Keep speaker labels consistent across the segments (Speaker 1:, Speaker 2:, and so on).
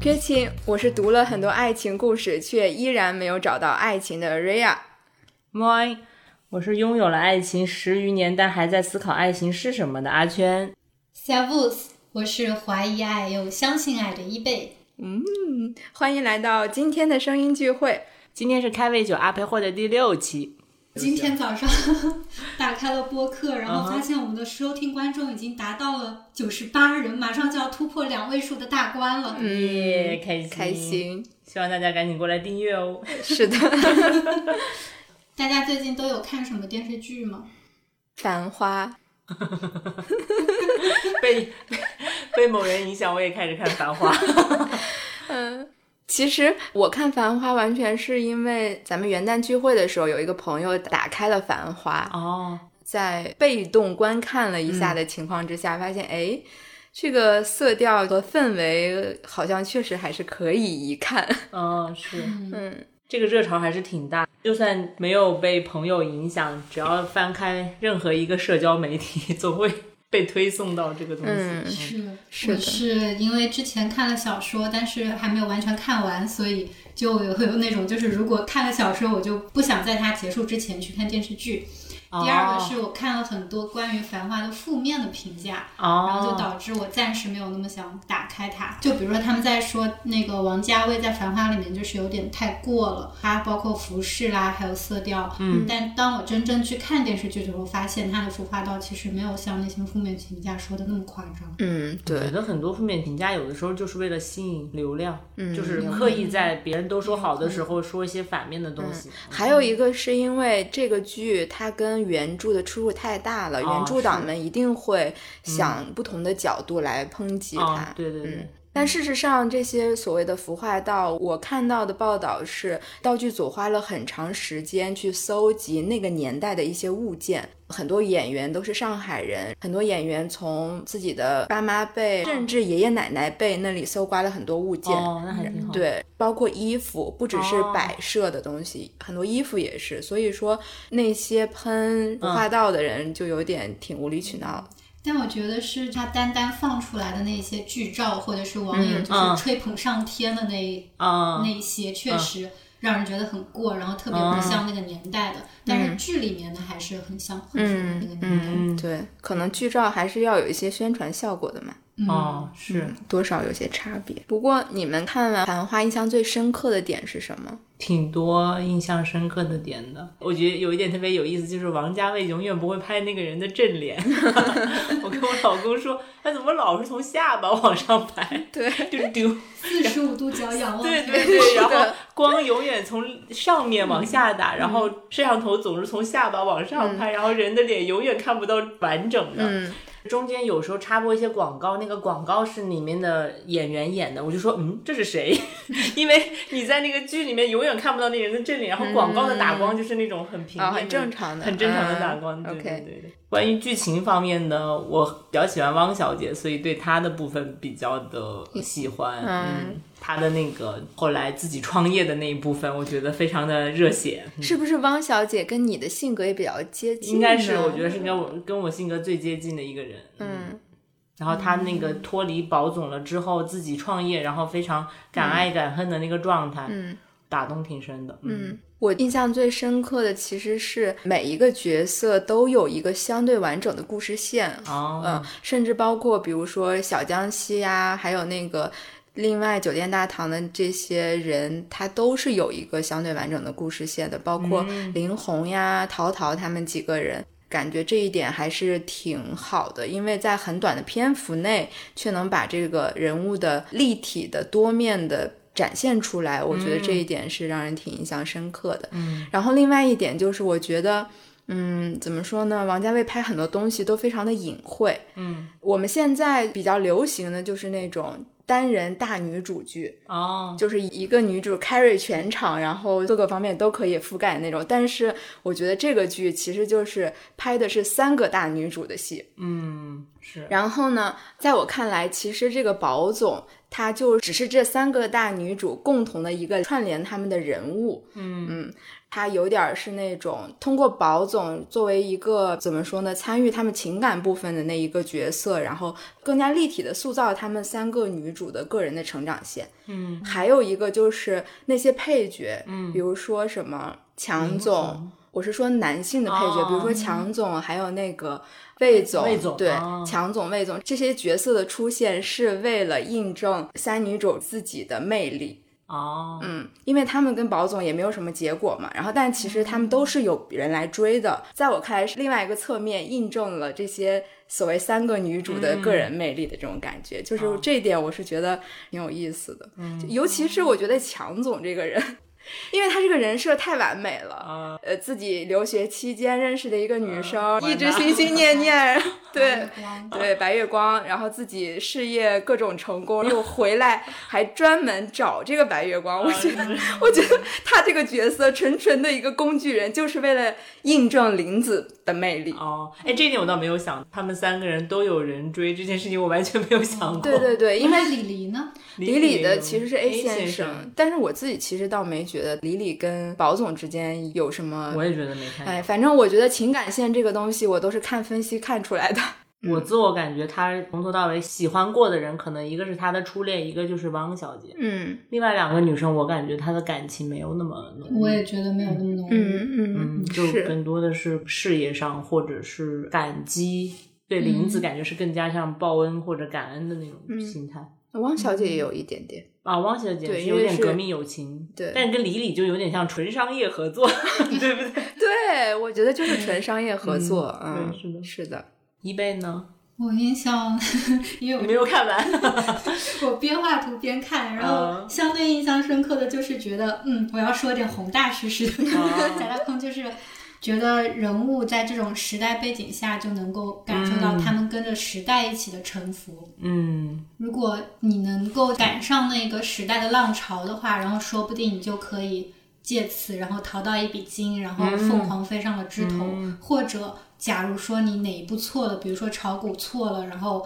Speaker 1: 这期我是读了很多爱情故事，却依然没有找到爱情的 Ria。
Speaker 2: my，我是拥有了爱情十余年，但还在思考爱情是什么的阿圈。
Speaker 3: Servus，我是怀疑爱又相信爱的一贝。
Speaker 1: 欢迎来到今天的声音聚会。
Speaker 2: 今天是开胃酒阿培会的第六期，
Speaker 3: 今天 早上打开了播客，然
Speaker 1: 啊
Speaker 3: 后发现我们的收听观众已经达到了九十八人，马上就要突破两位数的大关了。
Speaker 1: 嗯
Speaker 2: 耶、开心
Speaker 1: 开，心，
Speaker 2: 希望大家赶紧过来订阅哦。
Speaker 1: 是的，
Speaker 3: 大家最近都有看什么电视剧吗？
Speaker 1: 繁花
Speaker 2: 被被被某人影响，我也开始看《繁花》
Speaker 1: 其实我看《繁花》完全是因为咱们元旦聚会的时候，有一个朋友打开了《繁花》，
Speaker 2: 哦，
Speaker 1: 在被动观看了一下的情况之下，发现哎，这个色调和氛围好像确实还是可以一看。
Speaker 2: 嗯，是
Speaker 1: 嗯，
Speaker 2: 这个热潮还是挺大，就算没有被朋友影响，只要翻开任何一个社交媒体，总会被推送到这个东西。
Speaker 1: 嗯
Speaker 3: 是，
Speaker 1: 是
Speaker 3: 我
Speaker 1: 的
Speaker 3: 是因为之前看了小说，但是还没有完全看完，所以就有 有那种就是如果看了小说，我就不想在它结束之前去看电视剧。第二个
Speaker 1: 哦
Speaker 3: 是我看了很多关于《繁花》的负面的评价，
Speaker 2: 哦，
Speaker 3: 然后就导致我暂时没有那么想打开它。就比如说他们在说那个王家卫在《繁花》里面就是有点太过了，它包括服饰啦，还有色调。嗯，但当我真正去看电视剧之后，发现它的服化道其实没有像那些负面评价说的那么夸张。
Speaker 1: 嗯，对
Speaker 2: 我觉，得很多负面评价有的时候就是为了吸引流量，
Speaker 1: 嗯
Speaker 2: 就是刻意在别人都说好的时候说一些反面的东西。
Speaker 1: 嗯
Speaker 2: 嗯
Speaker 1: 还有一个是因为这个剧它跟原著的出入太大了，原著党们一定会想不同的角度来抨击它。嗯
Speaker 2: 啊，对对对，
Speaker 1: 但事实上，这些所谓的服化道，我看到的报道是，道具组花了很长时间去搜集那个年代的一些物件。很多演员都是上海人，很多演员从自己的爸妈辈，甚至爷爷奶奶辈那里搜刮了很多物件。
Speaker 2: 哦，那还挺好。，
Speaker 1: 对，包括衣服，不只是
Speaker 2: 哦
Speaker 1: 摆设的东西，很多衣服也是。所以说，那些喷
Speaker 2: 嗯
Speaker 1: 服化道的人就有点挺无理取闹的。
Speaker 3: 但我觉得是它单单放出来的那些剧照，或者是网友就是
Speaker 2: 嗯
Speaker 3: 吹捧上天的那一
Speaker 2: 啊
Speaker 3: 那，一些确实让人觉得很过，然后特别
Speaker 2: 嗯
Speaker 3: 不像那个年代的。但是剧里面呢，还是很像，很符合那个年代。
Speaker 1: 嗯，对，可能剧照还是要有一些宣传效果的嘛，
Speaker 3: 嗯
Speaker 2: 哦，
Speaker 1: 嗯
Speaker 2: 是
Speaker 1: 多少有些差别。不过你们看完《繁花》，印象最深刻的点是什么？
Speaker 2: 挺多印象深刻的点的。我觉得有一点特别有意思，就是王家卫永远不会拍那个人的正脸。 我跟我老公说，哎他怎么老是从下巴往上拍，
Speaker 1: 对，
Speaker 2: 就是丢。
Speaker 3: 四十五度角仰望，
Speaker 2: 对对对，然
Speaker 1: 的
Speaker 2: 后光永远从上面往下打，然后摄像头总是从下巴往上拍，然后人的脸永远看不到完整的。
Speaker 1: 嗯
Speaker 2: 中间有时候插播一些广告，那个广告是里面的演员演的，我就说，嗯，这是谁？ 因为你在那个剧里面永远看不到那人的正脸，然后广告的打光就是那种很平面
Speaker 1: 啊，
Speaker 2: 的、
Speaker 1: 很正常的，
Speaker 2: 很正常的打光。
Speaker 1: 嗯
Speaker 2: 对对
Speaker 1: OK，
Speaker 2: 对对。关于剧情方面呢，我比较喜欢汪小姐，所以对她的部分比较的喜欢。
Speaker 1: 嗯
Speaker 2: 嗯，她的那个后来自己创业的那一部分，我觉得非常的热血。
Speaker 1: 是不是汪小姐跟你的性格也比较接近呢？
Speaker 2: 应该是，我觉得是跟我跟我性格最接近的一个人。
Speaker 1: 嗯，
Speaker 2: 然后她那个脱离保总了之后，自己创业，然后非常敢爱敢恨的那个状态，
Speaker 1: 嗯，
Speaker 2: 打动挺深的。嗯，
Speaker 1: 我印象最深刻的其实是每一个角色都有一个相对完整的故事线，嗯
Speaker 2: 哦，，
Speaker 1: 甚至包括比如说小江西呀、还有那个另外酒店大堂的这些人，他都是有一个相对完整的故事线的，包括林红呀、陶陶他们几个人。感觉这一点还是挺好的，因为在很短的篇幅内，却能把这个人物的立体的、多面的展现出来，我觉得这一点是让人挺印象深刻的。嗯，然后另外一点就是，我觉得，嗯，怎么说呢？王家卫拍很多东西都非常的隐晦，我们现在比较流行的就是那种单人大女主剧，
Speaker 2: 哦，
Speaker 1: 就是一个女主 carry 全场，然后各个方面都可以覆盖那种。但是我觉得这个剧其实就是拍的是三个大女主的戏。
Speaker 2: 嗯，是，
Speaker 1: 然后呢，在我看来，其实这个宝总它就只是这三个大女主共同的一个串联她们的人物。嗯嗯，它有点儿是那种通过宝总作为一个怎么说呢，参与她们情感部分的那一个角色，然后更加立体的塑造她们三个女主的个人的成长线。
Speaker 2: 嗯
Speaker 1: 还有一个就是那些配角，比如说什么强总，我是说男性的配角，
Speaker 2: 哦
Speaker 1: 比如说强总，还有那个魏总，
Speaker 2: 魏总
Speaker 1: 对，
Speaker 2: 哦
Speaker 1: 强总、魏总这些角色的出现是为了印证三女主自己的魅力。
Speaker 2: 哦，
Speaker 1: 嗯，因为他们跟宝总也没有什么结果嘛，然后但其实他们都是有人来追的，在我看来是另外一个侧面印证了这些所谓三个女主的个人魅力的这种感觉，就是这一点我是觉得挺有意思的，就尤其是我觉得强总这个人。 因为他这个人设太完美了，呃，自己留学期间认识的一个女生，
Speaker 2: 完
Speaker 1: 一直
Speaker 2: 了
Speaker 1: 心心念念， 对，
Speaker 3: 光
Speaker 1: 对，白月光，然后自己事业各种成功，又回来还专门找这个白月光。
Speaker 2: 啊
Speaker 1: 我觉得， 我觉得他这个角色纯纯的一个工具人，就是为了印证林子的魅力。
Speaker 2: 哦，哎，这一点我倒没有想，他们三个人都有人追这件事情，我完全没有想过。
Speaker 1: 嗯对对对， 因为
Speaker 3: 那李黎呢？
Speaker 1: 李李的其实是 A
Speaker 2: 先
Speaker 1: 先生，但是我自己其实倒没觉得李李跟宝总之间有什么。
Speaker 2: 我也觉得没看见。
Speaker 1: 哎，反正我觉得情感线这个东西，我都是看分析看出来的。
Speaker 2: 我
Speaker 1: 嗯
Speaker 2: 自我感觉，他从头到尾喜欢过的人，可能一个是他的初恋，一个就是汪小姐。
Speaker 1: 嗯
Speaker 2: 另外两个女生，我感觉她的感情没有那么浓，
Speaker 3: 我也觉得没有那么浓郁。
Speaker 1: 嗯
Speaker 2: 嗯，就是更多的是事业上或者是感激。对林
Speaker 1: 嗯
Speaker 2: 子感觉是更加像报恩或者感恩的那种心态、
Speaker 1: 汪小姐也有一点点。
Speaker 2: 啊。汪小姐
Speaker 1: 嗯对
Speaker 2: 是
Speaker 1: 因
Speaker 2: 有
Speaker 1: 为
Speaker 2: 点
Speaker 1: 是
Speaker 2: 革命友情，
Speaker 1: 对
Speaker 2: 但跟李李就有点像纯商业 合作，对不对？
Speaker 1: 对，我觉得就是纯商业合作，
Speaker 2: 嗯
Speaker 1: 嗯，
Speaker 2: 对是的
Speaker 1: 是的，
Speaker 2: 一贝呢？
Speaker 3: 我印象， 因 为
Speaker 2: 没有看 完，
Speaker 3: 我我边画图边看，然后
Speaker 2: 嗯
Speaker 3: 相对印象深刻的就是觉得，嗯，我要说点宏大叙事的。 贾大空就是觉得人物在这种时代背景下就能够感受到
Speaker 2: 嗯
Speaker 3: 他们跟着时代一起的沉浮。
Speaker 2: 嗯
Speaker 3: 如果你能够赶上那个时代的浪潮的话，然后说不定你就可以借此然后淘到一笔金，然
Speaker 2: 嗯
Speaker 3: 后凤凰飞上了枝头。或者，假如说你哪一步错了，比如说炒股错了，然后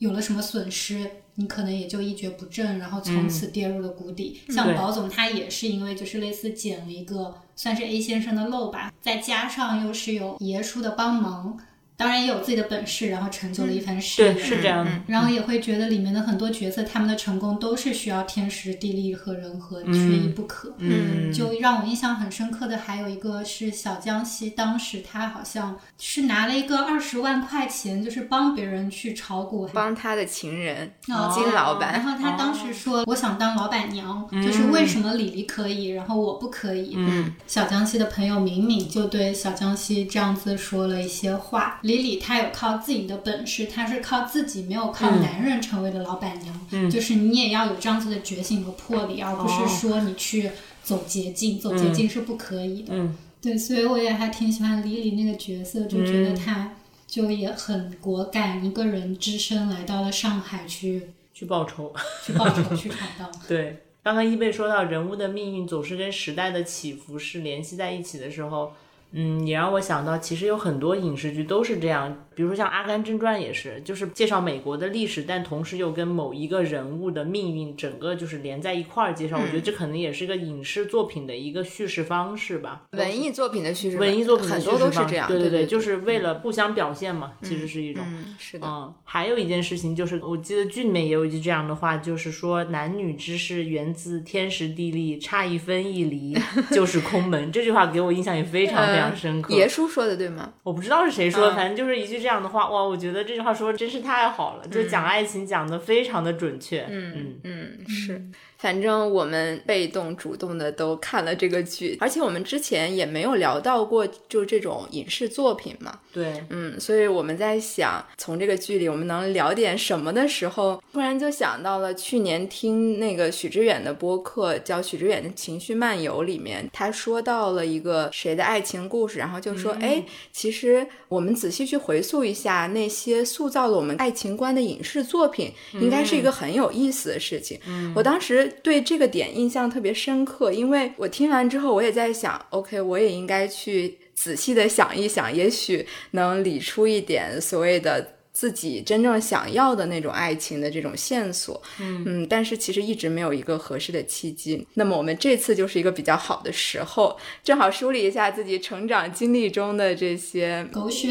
Speaker 3: 有了什么损失，你可能也就一蹶不振，然后从此跌入了谷底。像
Speaker 2: 嗯对
Speaker 3: 保总他也是因为就是类似捡了一个算是 A 先生的漏吧，再加上又是有爷叔的帮忙。当然也有自己的本事，然后成就了一番事业。
Speaker 2: 对，是这样的。
Speaker 3: 然后也会觉得里面的很多角色，他们的成功都是需要天时地利和人和，缺一不可。
Speaker 1: 嗯
Speaker 3: 就让我印象很深刻的还有一个是小江西，当时他好像是拿了一个二十万块钱，就是帮别人去炒股，
Speaker 1: 帮他的情人、
Speaker 3: 哦
Speaker 1: 金老
Speaker 3: 然
Speaker 1: 板，
Speaker 3: 后他当时说：“我想当老板娘，就是为什么李黎可以，然后我不可以？”
Speaker 2: 嗯，
Speaker 3: 小江西的朋友敏敏就对小江西这样子说了一些话。李李她有靠自己的本事，她是靠自己，没有
Speaker 2: 嗯
Speaker 3: 靠男人成为了老板娘。嗯，就是你也要有这样子的决心和魄力，而不
Speaker 2: 哦
Speaker 3: 是说你去走捷径，走捷径是不可以的。
Speaker 2: 嗯
Speaker 3: 对，所以我也还挺喜欢李李那个角色，就觉
Speaker 2: 嗯
Speaker 3: 得她就也很果敢，一个人只身来到了上海去
Speaker 2: 去报仇。
Speaker 3: 去报仇去闯荡。
Speaker 2: 对，刚刚一贝说到人物的命运总是跟时代的起伏是联系在一起的时候，嗯，也让我想到，其实有很多影视剧都是这样，比如说像《阿甘正传》也是，就是介绍美国的历史，但同时又跟某一个人物的命运整个就是连在一块儿介绍。我觉得这可能也是
Speaker 1: 嗯
Speaker 2: 一个影视作品的一个叙事方式吧。
Speaker 1: 文艺作品的叙事，
Speaker 2: 文艺作品的
Speaker 1: 很
Speaker 2: 叙
Speaker 1: 多
Speaker 2: 事
Speaker 1: 都是
Speaker 2: 方
Speaker 1: 这样，
Speaker 2: 对
Speaker 1: 对
Speaker 2: 对，就是为了互相表现嘛，其实是一种。
Speaker 1: 嗯，是的，
Speaker 2: 嗯，还有一件事情就是，我记得剧里面也有一句这样的话，就是说男女之事源自天时地利，差一分一厘就是空门。这句话给我印象也非常非常 深刻。
Speaker 1: 爷叔说的对吗？
Speaker 2: 我不知道是谁说的，
Speaker 1: 嗯
Speaker 2: 反正就是一句这样的话，哇，我觉得这句话说的真是太好了，就讲爱情讲的非常的准确。嗯
Speaker 1: 嗯，是。反正我们被动、主动的都看了这个剧，而且我们之前也没有聊到过就这种影视作品嘛，
Speaker 2: 对，
Speaker 1: 嗯，所以我们在想从这个剧里我们能聊点什么的时候，突然就想到了去年听那个许知远的播客，叫《许知远的情绪漫游》里面，他说到了一个谁的爱情故事，然后就说，哎、其实我们仔细去回溯一下那些塑造了我们爱情观的影视作品，应该是一个很有意思的事情。我当时对这个点印象特别深刻，因为我听完之后，我也在想，OK，我也应该去仔细的想一想，也许能理出一点所谓的。自己真正想要的那种爱情的这种线索，嗯但是其实一直没有一个合适的契机。那么我们这次就是一个比较好的时候，正好梳理一下自己成长经历中的这些
Speaker 3: 狗血。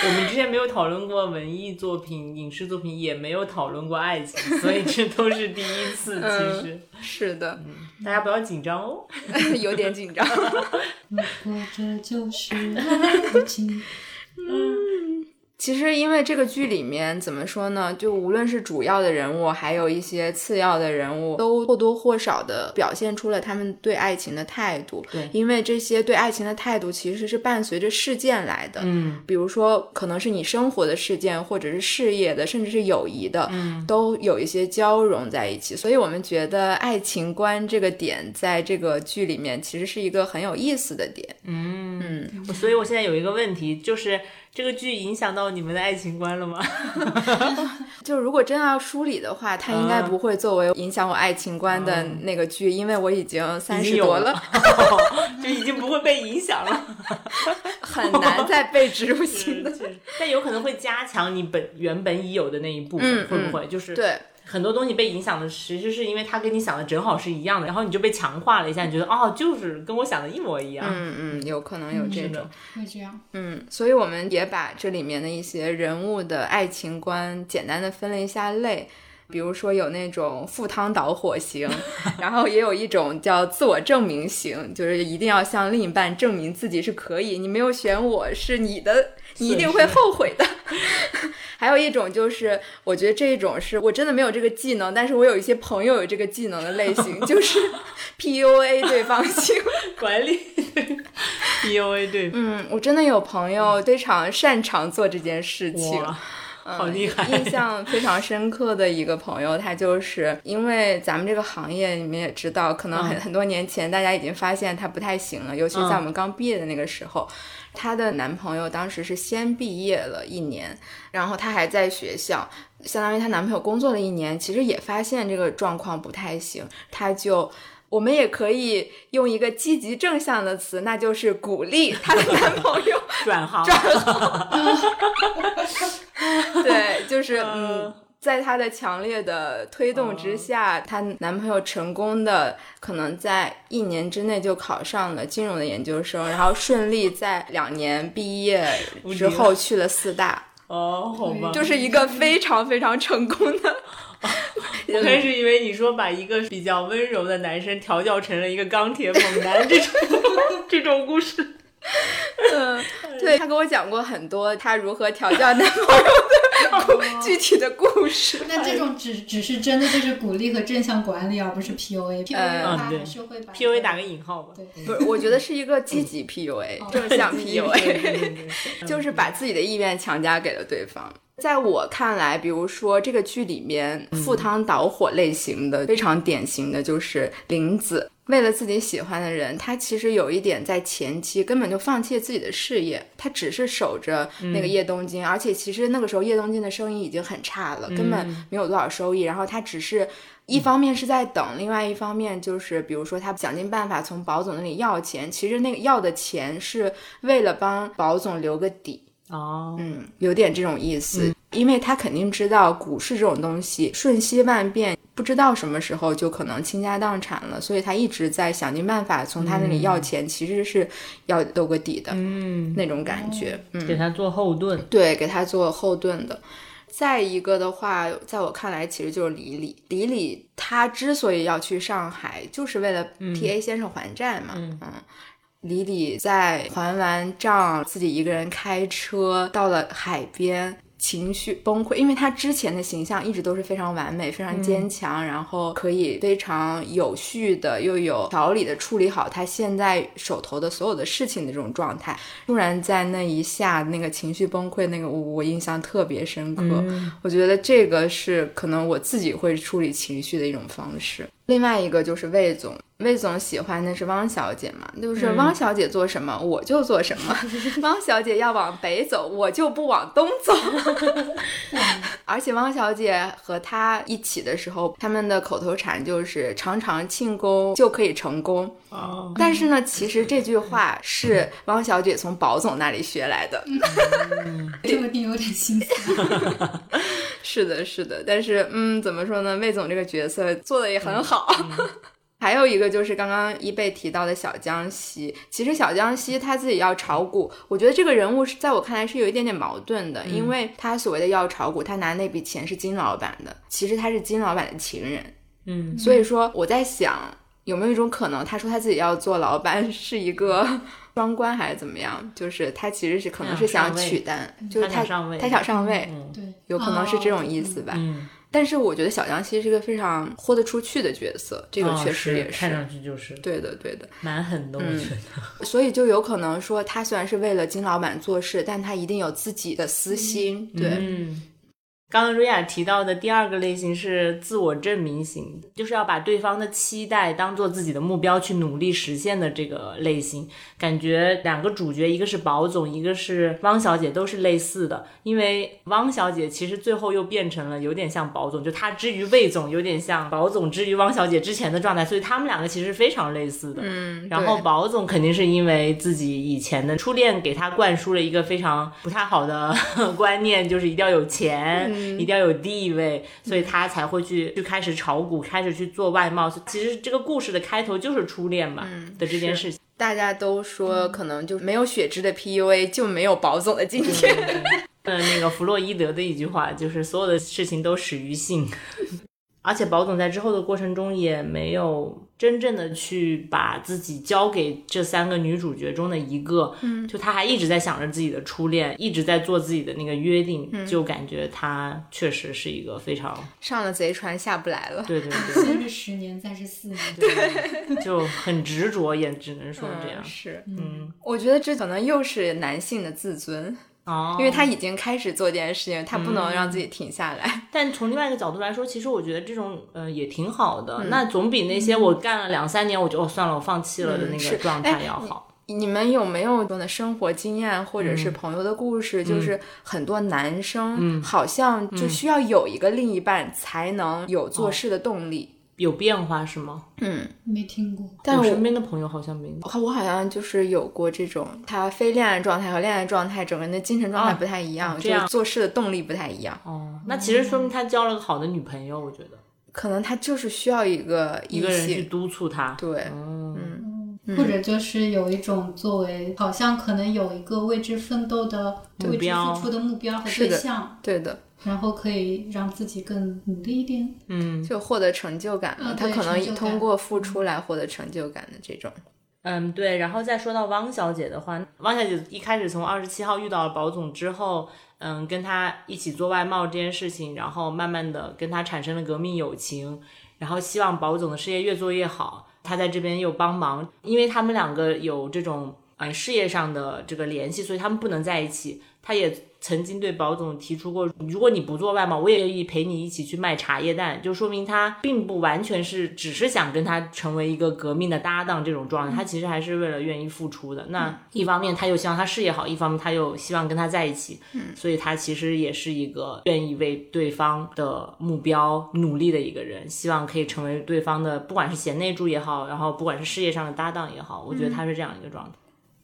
Speaker 2: 我们之前没有讨论过文艺作品、影视作品，也没有讨论过爱情，所以这都是第一次。其实、
Speaker 1: 是的，
Speaker 2: 大家不要紧张哦。
Speaker 1: 有点紧张。
Speaker 3: 如果这就是 爱情，
Speaker 1: 其实，因为这个剧里面怎么说呢，就无论是主要的人物，还有一些次要的人物，都或多或少的表现出了他们对爱情的态度。
Speaker 2: 对
Speaker 1: 因为这些对爱情的态度其实是伴随着事件来的。
Speaker 2: 嗯，
Speaker 1: 比如说，可能是你生活的事件，或者是事业的，甚至是友谊的，嗯，都有一些交融在一起。所以我们觉得爱情观这个点，在这个剧里面其实是一个很有意思的点。
Speaker 2: 所以我现在有一个问题，就是这个剧影响到你们的爱情观 了吗？
Speaker 1: 就如果真要梳理的话，它应
Speaker 2: 啊
Speaker 1: 该不会作为影响我爱情观的那个剧，因为我已经三
Speaker 2: 已
Speaker 1: 十
Speaker 2: 经有
Speaker 1: 多
Speaker 2: 了
Speaker 1: 了，
Speaker 2: 就已经不会被影响了。
Speaker 1: 很难再被植入
Speaker 2: 是
Speaker 1: 新的。
Speaker 2: 是但有可能会加强你本原本已有的那一部分，
Speaker 1: 嗯
Speaker 2: 会不会？就是
Speaker 1: 对，
Speaker 2: 很多东西被影响的，其实是因为它跟你想的正好是一样的，然后你就被强化了一下，你觉得哦，就是跟我想的一模一样。
Speaker 1: 嗯嗯，有可能有这
Speaker 2: 是
Speaker 1: 种
Speaker 2: 的，，
Speaker 3: 会这样。
Speaker 1: 嗯，所以我们也把这里面的一些人物的爱情观简单的分了一下类。比如说有那种赴汤蹈火型， 然后也有一种叫自我证明型，就是一定要向另一半证明自己是可以，你没有选我是你的，你一定会后悔的。 还有一种就是，我觉得这种是我真的没有这个技能，但是我有一些朋友有这个技能的类型， 就是 PUA 对方 型。
Speaker 2: 管理 PUA 对方，
Speaker 1: 嗯，我真的有朋友非常擅长做这件事情。
Speaker 2: 哇，好
Speaker 1: 嗯
Speaker 2: 厉害！
Speaker 1: 印象非常深刻的一个朋友，他就是因为咱们这个行业，你们也知道，可能很、
Speaker 2: 嗯
Speaker 1: 很多年前大家已经发现他不太行了，尤其是在
Speaker 2: 嗯
Speaker 1: 我们刚毕业的那个时候，她的男朋友当时是先毕业了一年，然后她还在学校，相当于她男朋友工作了一年，其实也发现这个状况不太行，她就。我们也可以用一个积极正向的词，那就是鼓励她的男朋友
Speaker 2: 转行，
Speaker 1: 对，就是
Speaker 2: 嗯
Speaker 1: 嗯，在她的强烈的推动之下，她男朋友成功的可能在一年之内就考上了金融的研究生，然后顺利在两年毕业
Speaker 2: 无敌
Speaker 1: 之
Speaker 2: 了
Speaker 1: 后去了四大，
Speaker 2: 哦，好吧，
Speaker 1: 就是一个非常非常成功 的。嗯
Speaker 2: 我开始以为你说把一个比较温柔的男生调教成了一个钢铁猛男这种这种故事，
Speaker 1: 嗯，对她跟我讲过很多她如何调教男朋友的故具体的故 事。
Speaker 3: 那这种只只是真的就是鼓励和正向管理，而不是 PUA。PUA
Speaker 2: 呃
Speaker 3: 的
Speaker 1: 嗯
Speaker 3: 话还是会把
Speaker 2: PUA 打个引号吧。
Speaker 3: 对
Speaker 1: 不是，我觉得是一个积极
Speaker 2: 哦
Speaker 1: PUA，正向 PUA。
Speaker 2: PUA
Speaker 1: 就是把自己的意愿强加给了对方。在我看来，比如说这个剧里面赴汤蹈火类型的、非常典型的就是林子，为了自己喜欢的人，他其实有一点在前期根本就放弃自己的事业，他只是守着那个叶东京，而且其实那个时候叶东京的生意已经很差了，根本没有多少收益，然后他只是。一方面是在等，另外一方面就是，比如说他想尽办法从保总那里要钱，其实那个要的钱是为了帮保总留个底，
Speaker 2: 哦，
Speaker 1: 嗯，有点这种意思，因为他肯定知道股市这种东西瞬息万变，不知道什么时候就可能倾家荡产了，所以他一直在想尽办法从他那里要钱，其实是要兜个底的、
Speaker 2: 嗯，
Speaker 1: 那种感觉，嗯，
Speaker 2: 给他做后盾，
Speaker 1: 对，给他做后盾的。再一个的话，在我看来，其实就是李李。李李他之所以要去上海，就是为了 T A 先生还债嘛。嗯李李在还完账，自己一个人开车到了海边，情绪崩溃，因为他之前的形象一直都是非常完美、非常坚强，然后可以非常有序的又有条理的处理好他现在手头的所有的事情的这种状态。突然在那一下那个情绪崩溃，那个我我印象特别深刻。我觉得这个是可能我自己会处理情绪的一种方式。另外一个就是魏总，魏总喜欢的是汪小姐嘛，就是汪小姐做什么、我就做什么，汪小姐要往北走，我就不往东走。而且汪小姐和他一起的时候，他们的口头禅就是常常庆功就可以成功。
Speaker 2: 哦，
Speaker 1: 但是呢，其实这句话是汪小姐从宝总那里学来的。
Speaker 3: 这个定有点心酸。
Speaker 1: 是的，是的，但是嗯，怎么说呢？魏总这个角色做的也很好。 还有一个就是刚刚一贝提到的小江西，其实小江西他自己要炒股，我觉得这个人物是在我看来是有一点点矛盾的，因为他所谓的要炒股，他拿那笔钱是金老板的，其实他是金老板的情人，
Speaker 2: 嗯，
Speaker 1: 所以说我在想有没有一种可能，他说他自己要做老板 是一个双关还是怎么样？就是他其实是可能是
Speaker 2: 想
Speaker 1: 想
Speaker 2: 上位嗯
Speaker 1: 取代，就是
Speaker 2: 他想上位
Speaker 1: 他想上位，
Speaker 2: 嗯
Speaker 3: 对，
Speaker 1: 有可能是这种意思吧。
Speaker 2: 嗯，
Speaker 1: 但是我觉得小江西是一个非常豁得出去的角色，这个
Speaker 2: 哦
Speaker 1: 确实也是。
Speaker 2: 看上去就是
Speaker 1: 对的，对的，
Speaker 2: 蛮狠的，我觉得。
Speaker 1: 所以就有可能说，他虽然是为了金老板做事，但他一定有自己的私心。对，
Speaker 2: 嗯，刚刚瑞亚提到的第二个类型是自我证明型，就是要把对方的期待当做自己的目标去努力实现的这个类型。感觉两个主角，一个是宝总，一个是汪小姐，都是类似的。因为汪小姐其实最后又变成了有点像宝总，就她之于魏总，有点像宝总之于汪小姐之前的状态，所以他们两个其实非常类似的。
Speaker 1: 嗯，
Speaker 2: 然后
Speaker 1: 对
Speaker 2: 宝总肯定是因为自己以前的初恋给他灌输了一个非常不太好的 观念，就是一定要有钱，一定要有地位，所以他才会去去开始炒股，开始去做外贸。其实这个故事的开头就是初恋嘛、的这件事情。
Speaker 1: 大家都
Speaker 2: 嗯
Speaker 1: 说，可能就没有雪芝的 PUA，就没有宝总的今天。
Speaker 2: 呃，那个弗洛伊德的一句话就是所有的事情都始于性， 而且宝总在之后的过程中也没有真正的去把自己交给这三个女主角中的一个，嗯，就他还一直在想着自己的初恋，一直在做自己的那个约定，
Speaker 1: 嗯
Speaker 2: 就感觉他确实是一个非常
Speaker 1: 上了贼船下不来了。
Speaker 2: 对对 对，
Speaker 3: 嗯先是十年，再是四年。
Speaker 2: 就很执着，也只能说这样
Speaker 1: 嗯，，是，
Speaker 2: 嗯，
Speaker 1: 我觉得这可能又是男性的自尊，
Speaker 2: 哦，
Speaker 1: 嗯
Speaker 2: 嗯
Speaker 1: 因为他已经开始做这件事情，他不能让自己停下来。
Speaker 2: 但从另外一个角度来说，其实我觉得这种呃也挺好的，
Speaker 1: 嗯
Speaker 2: 那总比那些我干了两三年我就、哦、算了我放弃了的那个
Speaker 1: 是
Speaker 2: 状
Speaker 1: 哎
Speaker 2: 态要好。
Speaker 1: 你们有没有的生活经验或者
Speaker 2: 嗯
Speaker 1: 是朋友的故事？就是很多男生好像
Speaker 2: 嗯
Speaker 1: 就需要有一个另一半才能有
Speaker 2: 哦
Speaker 1: 做事的动力。
Speaker 2: 有变化是吗？
Speaker 3: 没听过，
Speaker 1: 但
Speaker 2: 我
Speaker 1: 我
Speaker 2: 身边的朋友好像没。
Speaker 1: 我好像就是有过这种，他非恋爱状态和恋爱状态，整个人的精神状态不太一样，
Speaker 2: 哦这样
Speaker 1: 就做事的动力不太一样。
Speaker 2: 哦，那其实
Speaker 1: 嗯
Speaker 2: 说明他交了个好的女朋友，我觉得
Speaker 1: 可能他就是需要一个
Speaker 2: 一
Speaker 1: 异
Speaker 2: 个人去
Speaker 1: 性，
Speaker 2: 督促他。
Speaker 1: 对
Speaker 2: 嗯，
Speaker 3: 或者就是有一种作为，好像可能有一个为之奋斗的、
Speaker 2: 目
Speaker 3: 为之
Speaker 2: 标
Speaker 3: 付出的目标和
Speaker 1: 是
Speaker 3: 对
Speaker 1: 的
Speaker 3: 象，
Speaker 1: 对的，
Speaker 3: 然后可以让自己更努力一点。
Speaker 2: 嗯
Speaker 1: 就获得成就感了。
Speaker 3: 嗯
Speaker 1: 他
Speaker 3: 对
Speaker 1: 可能
Speaker 3: 成就
Speaker 1: 以
Speaker 3: 感
Speaker 1: 通过付出来获得成就感的这种。
Speaker 2: 嗯，对。然后再说到汪小姐的话，汪小姐一开始从二十七号遇到了宝总之后，嗯，跟他一起做外贸这件事情，然后慢慢的跟他产生了革命友情，然后希望宝总的事业越做越好，他在这边又帮忙，因为他们两个有这种嗯事业上的这个联系，所以他们不能在一起。他也曾经对宝总提出过，如果你不做外贸，我也愿意陪你一起去卖茶叶蛋，就说明他并不完全是只是想跟他成为一个革命的搭档这种状态，他其实还是为了愿意付出的。那一方面他又希望他事业好，一方面他又希望跟他在一起，所以他其实也是一个愿意为对方的目标努力的一个人，希望可以成为对方的不管是贤内助也好，然后不管是事业上的搭档也好，我觉得他是这样一个状态。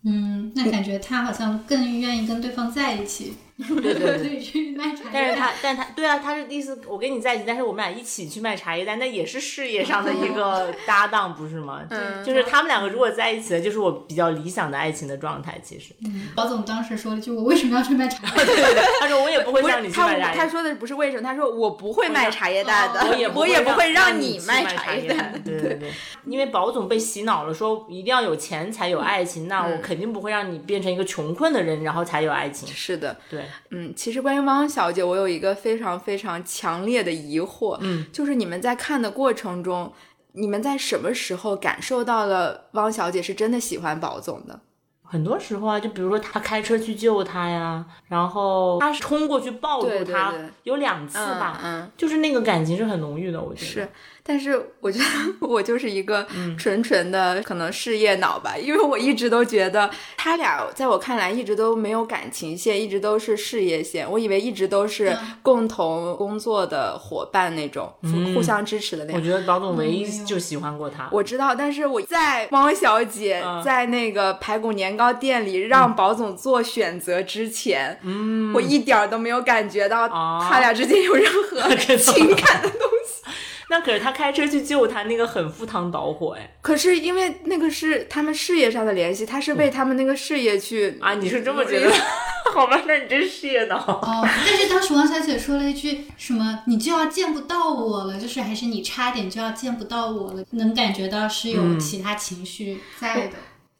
Speaker 3: 嗯，那感觉他好像更愿意跟对方在一起，
Speaker 2: 对对对
Speaker 3: 可。以去 卖茶叶蛋。
Speaker 2: 但是他，但他，对啊，他是意思我跟你在一起，但是我们俩一起去卖茶叶蛋，那也是事业上的一个搭档，不是 吗？
Speaker 1: 嗯
Speaker 2: 就是他们两个如果在一起了，就是我比较理想的爱情的状态。其实，
Speaker 3: 嗯老总当时说了一句：“我为什么要去卖 茶叶蛋？”
Speaker 2: 他说我也不会
Speaker 1: 不
Speaker 2: 让你
Speaker 1: 是
Speaker 2: 去
Speaker 1: 他
Speaker 2: 卖茶叶
Speaker 1: 他
Speaker 2: 蛋，哦
Speaker 1: 说的不是为什么，他说我不会卖茶叶蛋的，
Speaker 2: 也
Speaker 1: 我
Speaker 2: 也
Speaker 1: 也
Speaker 2: 不
Speaker 1: 不会
Speaker 2: 让
Speaker 1: 你
Speaker 2: 去
Speaker 1: 卖
Speaker 2: 卖
Speaker 1: 茶
Speaker 2: 叶
Speaker 1: 叶 蛋。
Speaker 2: 对对对，因为宝总被洗脑了，说一定要有钱才有爱情，那
Speaker 1: 嗯
Speaker 2: 我肯定不会让你变成一个穷困的人，然后才有爱情。
Speaker 1: 是的，
Speaker 2: 对，
Speaker 1: 嗯，其实关于汪小姐，我有一个非常非常强烈的疑惑，
Speaker 2: 嗯，
Speaker 1: 就是你们在看的过程中，你们在什么时候感受到了汪小姐是真的喜欢宝总的？
Speaker 2: 很多时候啊，就比如说他开车去救他呀，然后他冲过去抱住
Speaker 1: 对对
Speaker 2: 他，
Speaker 1: 对
Speaker 2: 有两次吧，
Speaker 1: 嗯，
Speaker 2: 就是那个感情是很浓郁的，我觉得
Speaker 1: 是。但是我觉
Speaker 2: 嗯
Speaker 1: 得 我就是一个纯纯的可能事业脑吧，因为我一直都觉得他俩在我看来一直都没有感情线，一直都是事业线，我以为一直都是
Speaker 2: 嗯
Speaker 1: 共同工作的伙伴那种，互相支持的那
Speaker 2: 我
Speaker 1: 种。
Speaker 2: 觉得宝总唯
Speaker 3: 没
Speaker 2: 一
Speaker 3: 有
Speaker 2: 就喜欢过他，
Speaker 1: 我知道，但是我在猫小姐
Speaker 2: 嗯
Speaker 1: 在那个排骨年糕店里让宝总做选择之前，嗯，我一点儿都没有感觉到
Speaker 2: 哦
Speaker 1: 他俩之间有任 何情感的东西。
Speaker 2: 那可是他开车去救他，那个很赴汤蹈火哎
Speaker 1: 可是因为那个是他们事业上的联系，他是为他们那个事业去
Speaker 2: 嗯啊！你是这么觉得？ 好吧，那你真事业脑。
Speaker 3: 哦，但是当时王小姐说了一句什么“你就要见不到我了”，就是还是你差点就要见不到我了，能感觉到是
Speaker 2: 嗯
Speaker 3: 有其他情绪在的。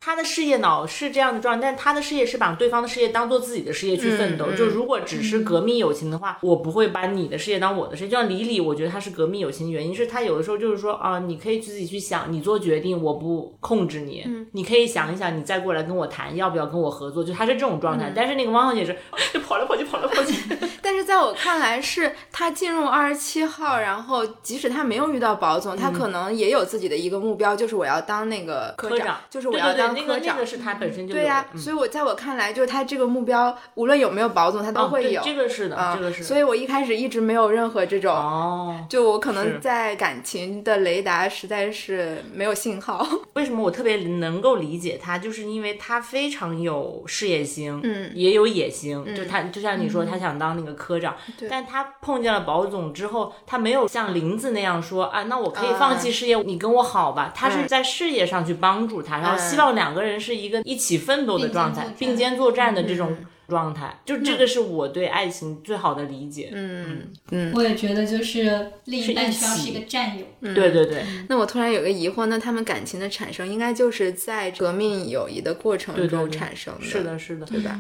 Speaker 2: 他的事业脑是这样的状态，但他的事业是把对方的事业当做自己的事业去奋斗。
Speaker 1: 嗯嗯
Speaker 2: 就如果只是革命友情的话，我不会把你的事业当我的事业。就像李李，我觉得他是革命友情，原因是他有的时候就是说啊，你可以自己去想，你做决定，我不控制你，
Speaker 1: 嗯
Speaker 2: 你可以想一想，你再过来跟我谈要不要跟我合作。就他是这种状
Speaker 1: 嗯
Speaker 2: 态，但是那个汪小姐是就跑来跑去，跑来跑去。
Speaker 1: 但是在我看来，是他进入二十七号，然后即使他没有遇到保
Speaker 2: 嗯
Speaker 1: 总，他可能也有自己的一个目标，就是我要当那个科
Speaker 2: 科长
Speaker 1: 就是我
Speaker 2: 对
Speaker 1: 要
Speaker 2: 对对，
Speaker 1: 当
Speaker 2: 那
Speaker 1: 科
Speaker 2: 个那
Speaker 1: 长
Speaker 2: 个。是他本身就
Speaker 1: 对
Speaker 2: 有
Speaker 1: 呀、
Speaker 2: 的嗯
Speaker 1: 所以我在我看来，就是他这个目标，无论有没有保总，他都
Speaker 2: 哦
Speaker 1: 会
Speaker 2: 对
Speaker 1: 有。
Speaker 2: 这个是的，
Speaker 1: 啊
Speaker 2: 这个是的。
Speaker 1: 所以我一开始一直没有任何这种，
Speaker 2: 哦，
Speaker 1: 就我可
Speaker 2: 是
Speaker 1: 能在感情的雷达实在是没有信号。
Speaker 2: 为什么我特别能够理解他，就是因为他非常有事业心，
Speaker 1: 嗯
Speaker 2: 也有野心。就他就像你说，他想当那个科长，
Speaker 1: 对
Speaker 2: 但他碰见了保总之后，他没有像林子那样说啊，嗯那我可以放弃事业，你跟我好吧。他是在事业上去帮助他，然后希望两个人是一个一起奋斗的状态，嗯并
Speaker 3: 并
Speaker 2: 肩
Speaker 3: 肩
Speaker 2: 作战的嗯这种状态。就这个是我对爱情最好的理解。
Speaker 1: 嗯嗯，
Speaker 3: 我也觉得，就是另一半需要
Speaker 2: 是一
Speaker 3: 是
Speaker 2: 起嗯
Speaker 3: 一个战友，嗯
Speaker 2: 对对对。
Speaker 1: 那我突然有个疑惑，那他们感情的产生应该就是在革命友谊的过程
Speaker 2: 对对
Speaker 1: 中
Speaker 2: 对
Speaker 1: 产生的，
Speaker 2: 是的，是的，
Speaker 1: 对吧？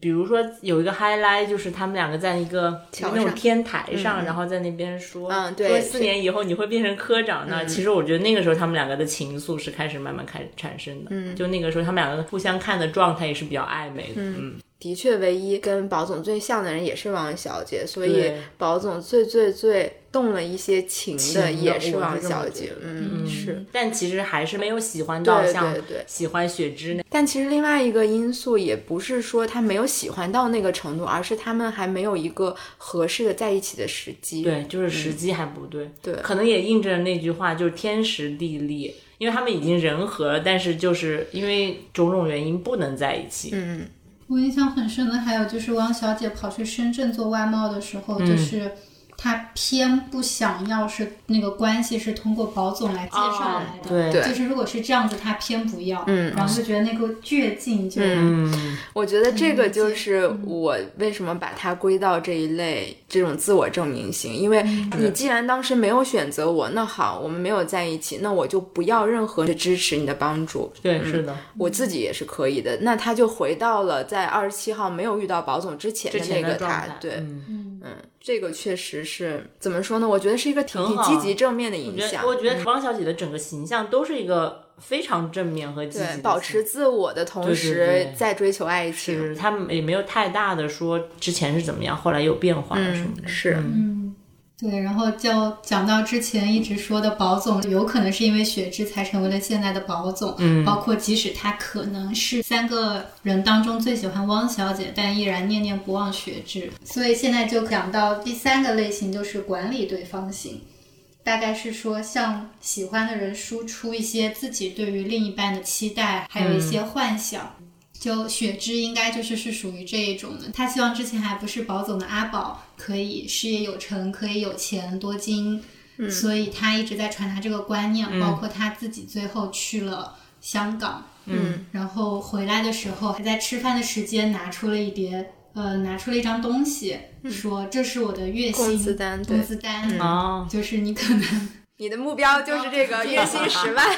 Speaker 2: 比如说有一个 highlight，就是他们两个在一个
Speaker 1: 桥
Speaker 2: 那种
Speaker 1: 上
Speaker 2: 天台上，然后在那边说，
Speaker 1: 嗯对
Speaker 2: 说
Speaker 1: 是嗯
Speaker 2: 四年以后你会变成科长呢。其实我觉得那个时候他们两个的情愫是开始慢慢开始产生的，嗯，就那个时候他们两个互相看的状态也是比较暧昧的，嗯，
Speaker 1: 的确，唯一跟宝总最像的人也是王小姐，所以
Speaker 2: 对
Speaker 1: 宝总最最最动了一些情
Speaker 2: 情的
Speaker 1: 的也是
Speaker 2: 我
Speaker 1: 王
Speaker 2: 是这么
Speaker 1: 小
Speaker 2: 觉
Speaker 1: 姐
Speaker 2: 得，
Speaker 1: 嗯，是。
Speaker 2: 但其实还是没有喜欢到
Speaker 1: 对
Speaker 2: 像
Speaker 1: 对对，
Speaker 2: 喜欢雪芝那，
Speaker 1: 但其实另外一个因素也不是说他没有喜欢到那个程度，而是他们还没有一个合适的在一起的时机。，
Speaker 2: 对，就是时机还不对，
Speaker 1: 嗯对
Speaker 2: 可能也印证了那句话，就是天时地利。因为他们已经人和了，但是就是因为种种原因不能在一起。
Speaker 1: 嗯，
Speaker 3: 我印象很深的还有就是汪小姐跑去深圳做外贸的时
Speaker 2: 嗯
Speaker 3: 候，就是她偏不想要是那个关系是通过保总来介绍来的，
Speaker 2: 哦对
Speaker 3: 就是如果是这样子，她偏不要，嗯，然后就觉得那个倔劲就。
Speaker 2: 嗯，
Speaker 1: 我觉得这个就是我为什么把它归到这一类这种自我证明型，因为
Speaker 2: 嗯
Speaker 1: 你既然当时没有选择我，那好，我们没有在一起，那我就不要任何的支持你的帮助。
Speaker 2: 对，是的，
Speaker 1: 嗯我自己也是可以的，那他就回到了在二十七号没有遇到保总之前
Speaker 2: 之
Speaker 1: 的
Speaker 2: 前
Speaker 1: 那
Speaker 2: 的
Speaker 1: 个
Speaker 2: 状
Speaker 1: 他
Speaker 2: 态，，
Speaker 1: 对，
Speaker 2: 嗯
Speaker 1: 嗯，这个确实是怎么说呢？我觉得是一个挺
Speaker 2: 很
Speaker 1: 挺
Speaker 2: 好
Speaker 1: 积极正面的影
Speaker 2: 我觉
Speaker 1: 响
Speaker 2: 得，哎我觉得汪小姐的整个形象都是一个非常正面和积极的
Speaker 1: 对，
Speaker 2: 形
Speaker 1: 嗯保持自我的同
Speaker 2: 对对
Speaker 1: 时
Speaker 2: 对
Speaker 1: 在追求爱
Speaker 2: 就
Speaker 1: 情，
Speaker 2: 是他们也没有太大的说之前是怎么样，后来有变化什么
Speaker 1: 嗯，
Speaker 2: 的。
Speaker 1: 是，
Speaker 3: 嗯，对，然后就讲到之前一直说的保总，有可能是因为雪芝才成为了现在的保总，嗯，包括即使他可能是三个人当中最喜欢汪小姐，但依然念念不忘雪芝，所以现在就讲到第三个类型，就是管理对方型。大概是说向喜欢的人输出一些自己对于另一半的期待，还有一
Speaker 1: 嗯
Speaker 3: 些幻想。就雪芝应该就是是属于这一种的，她希望之前还不是保总的阿宝可以事业有成，可以有钱多金，
Speaker 1: 嗯
Speaker 3: 所以她一直在传达这个观念，包括她自己最后去了香港，
Speaker 1: 嗯，
Speaker 3: 然后回来的时候还在吃饭的时间拿出了一叠，呃，拿出了一张东西，说这是我的月
Speaker 1: 嗯
Speaker 3: 薪
Speaker 1: 工资单对嗯
Speaker 3: 工资单，
Speaker 2: 哦，
Speaker 3: 就是你可能
Speaker 1: 你的目标就是这个月薪十万。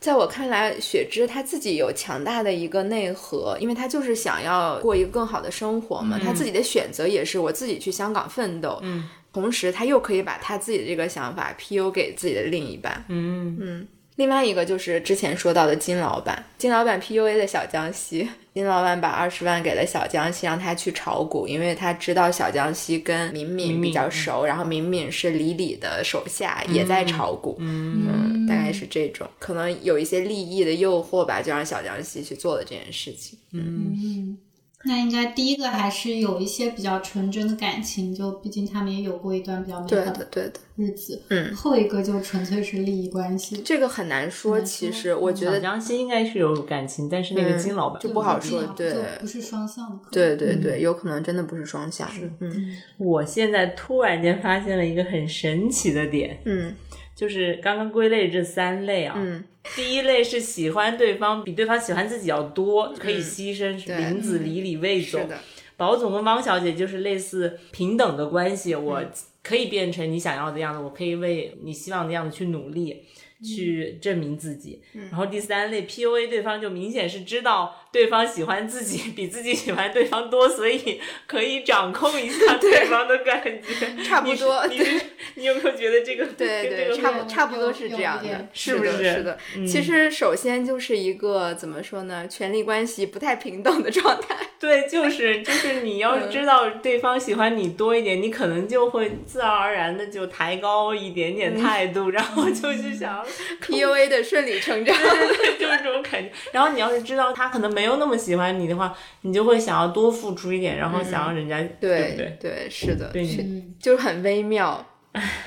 Speaker 1: 在我看来，雪芝她自己有强大的一个内核，因为她就是想要过一个更好的生活嘛。她自己的选择也是我自己去香港奋斗，嗯，同时她又可以把她自己的这个想法 PU 给自己的另一半，
Speaker 2: 嗯嗯，
Speaker 1: 另外一个就是之前说到的金老板，金老板 PUA 的小江西，金老板把二十万给了小江西，让他去炒股，因为他知道小江西跟敏敏嗯比较熟，然后敏敏是李李的手下，也在炒股， 嗯，大概是这种，可能有一些利益的诱惑吧，就让小江西去做了这件事情。
Speaker 3: 嗯，那应该第一个还是有一些比较纯真的感情，就毕竟他们也有过一段比较美
Speaker 1: 对
Speaker 3: 好
Speaker 1: 的
Speaker 3: 的，
Speaker 1: 对的，
Speaker 3: 日子。
Speaker 1: 嗯，
Speaker 3: 后一个就纯粹是利益关系，
Speaker 1: 这个很难说。
Speaker 3: 很难
Speaker 1: 其
Speaker 3: 说
Speaker 1: 实我觉
Speaker 2: 小
Speaker 1: 得，
Speaker 2: 江西应该是有感情，但是那个
Speaker 1: 嗯
Speaker 2: 金老板
Speaker 1: 就不好说
Speaker 3: 就不
Speaker 1: 对
Speaker 3: 就不是双向的。嗯
Speaker 1: 对对对，有可能真的不是双向。嗯
Speaker 2: 我现在突然间发现了一个很神奇的点，
Speaker 1: 嗯
Speaker 2: 就是刚刚归类这三类啊，
Speaker 1: 嗯，
Speaker 2: 第一类是喜欢对方比对方喜欢自己要多，可以牺牲，是
Speaker 1: 嗯对嗯
Speaker 2: 林子、李李、魏
Speaker 1: 是
Speaker 2: 总、
Speaker 1: 的，
Speaker 2: 保总跟汪小姐就是类似平等的关系，我
Speaker 1: 嗯
Speaker 2: 可以变成你想要的样子，我可以为你希望的样子去努力。
Speaker 1: 嗯
Speaker 2: 去证明自己，然后第三类 PUA 对方就明显是知道对方喜欢自己比自己喜欢对方多，所以可以掌控 一下对方的感觉。
Speaker 1: 差不多。
Speaker 2: 你是
Speaker 1: 对
Speaker 2: 你是你有没有觉得这个
Speaker 1: 对
Speaker 2: 跟这
Speaker 1: 对，
Speaker 2: 个
Speaker 1: 差不
Speaker 3: 有
Speaker 1: 差不多
Speaker 3: 有
Speaker 1: 是这
Speaker 3: 有一
Speaker 1: 样的
Speaker 3: 点，
Speaker 2: 是
Speaker 1: 是
Speaker 2: 不
Speaker 1: 的
Speaker 2: 是
Speaker 1: 是的。其实首先就是一个怎么说呢，权力关系不太平等的状态。
Speaker 2: 对，就是就是，你要
Speaker 1: 嗯
Speaker 2: 是知道对方喜欢你多一点，你可能就会自然而然的就抬高一点
Speaker 1: 嗯
Speaker 2: 点态度，然后就 去想，
Speaker 1: PUA 的顺理成 章。
Speaker 2: 对，就是这种感觉。然后你要是知道他可能没有那么喜欢你的话，你就会想要多付出一点，然后想要人家，对不
Speaker 1: 嗯对
Speaker 2: 对？
Speaker 1: 对，是的，
Speaker 2: 对
Speaker 1: 是
Speaker 3: 嗯，
Speaker 1: 就是很微妙。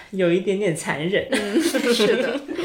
Speaker 2: 有一点点残忍，
Speaker 1: 是的。嗯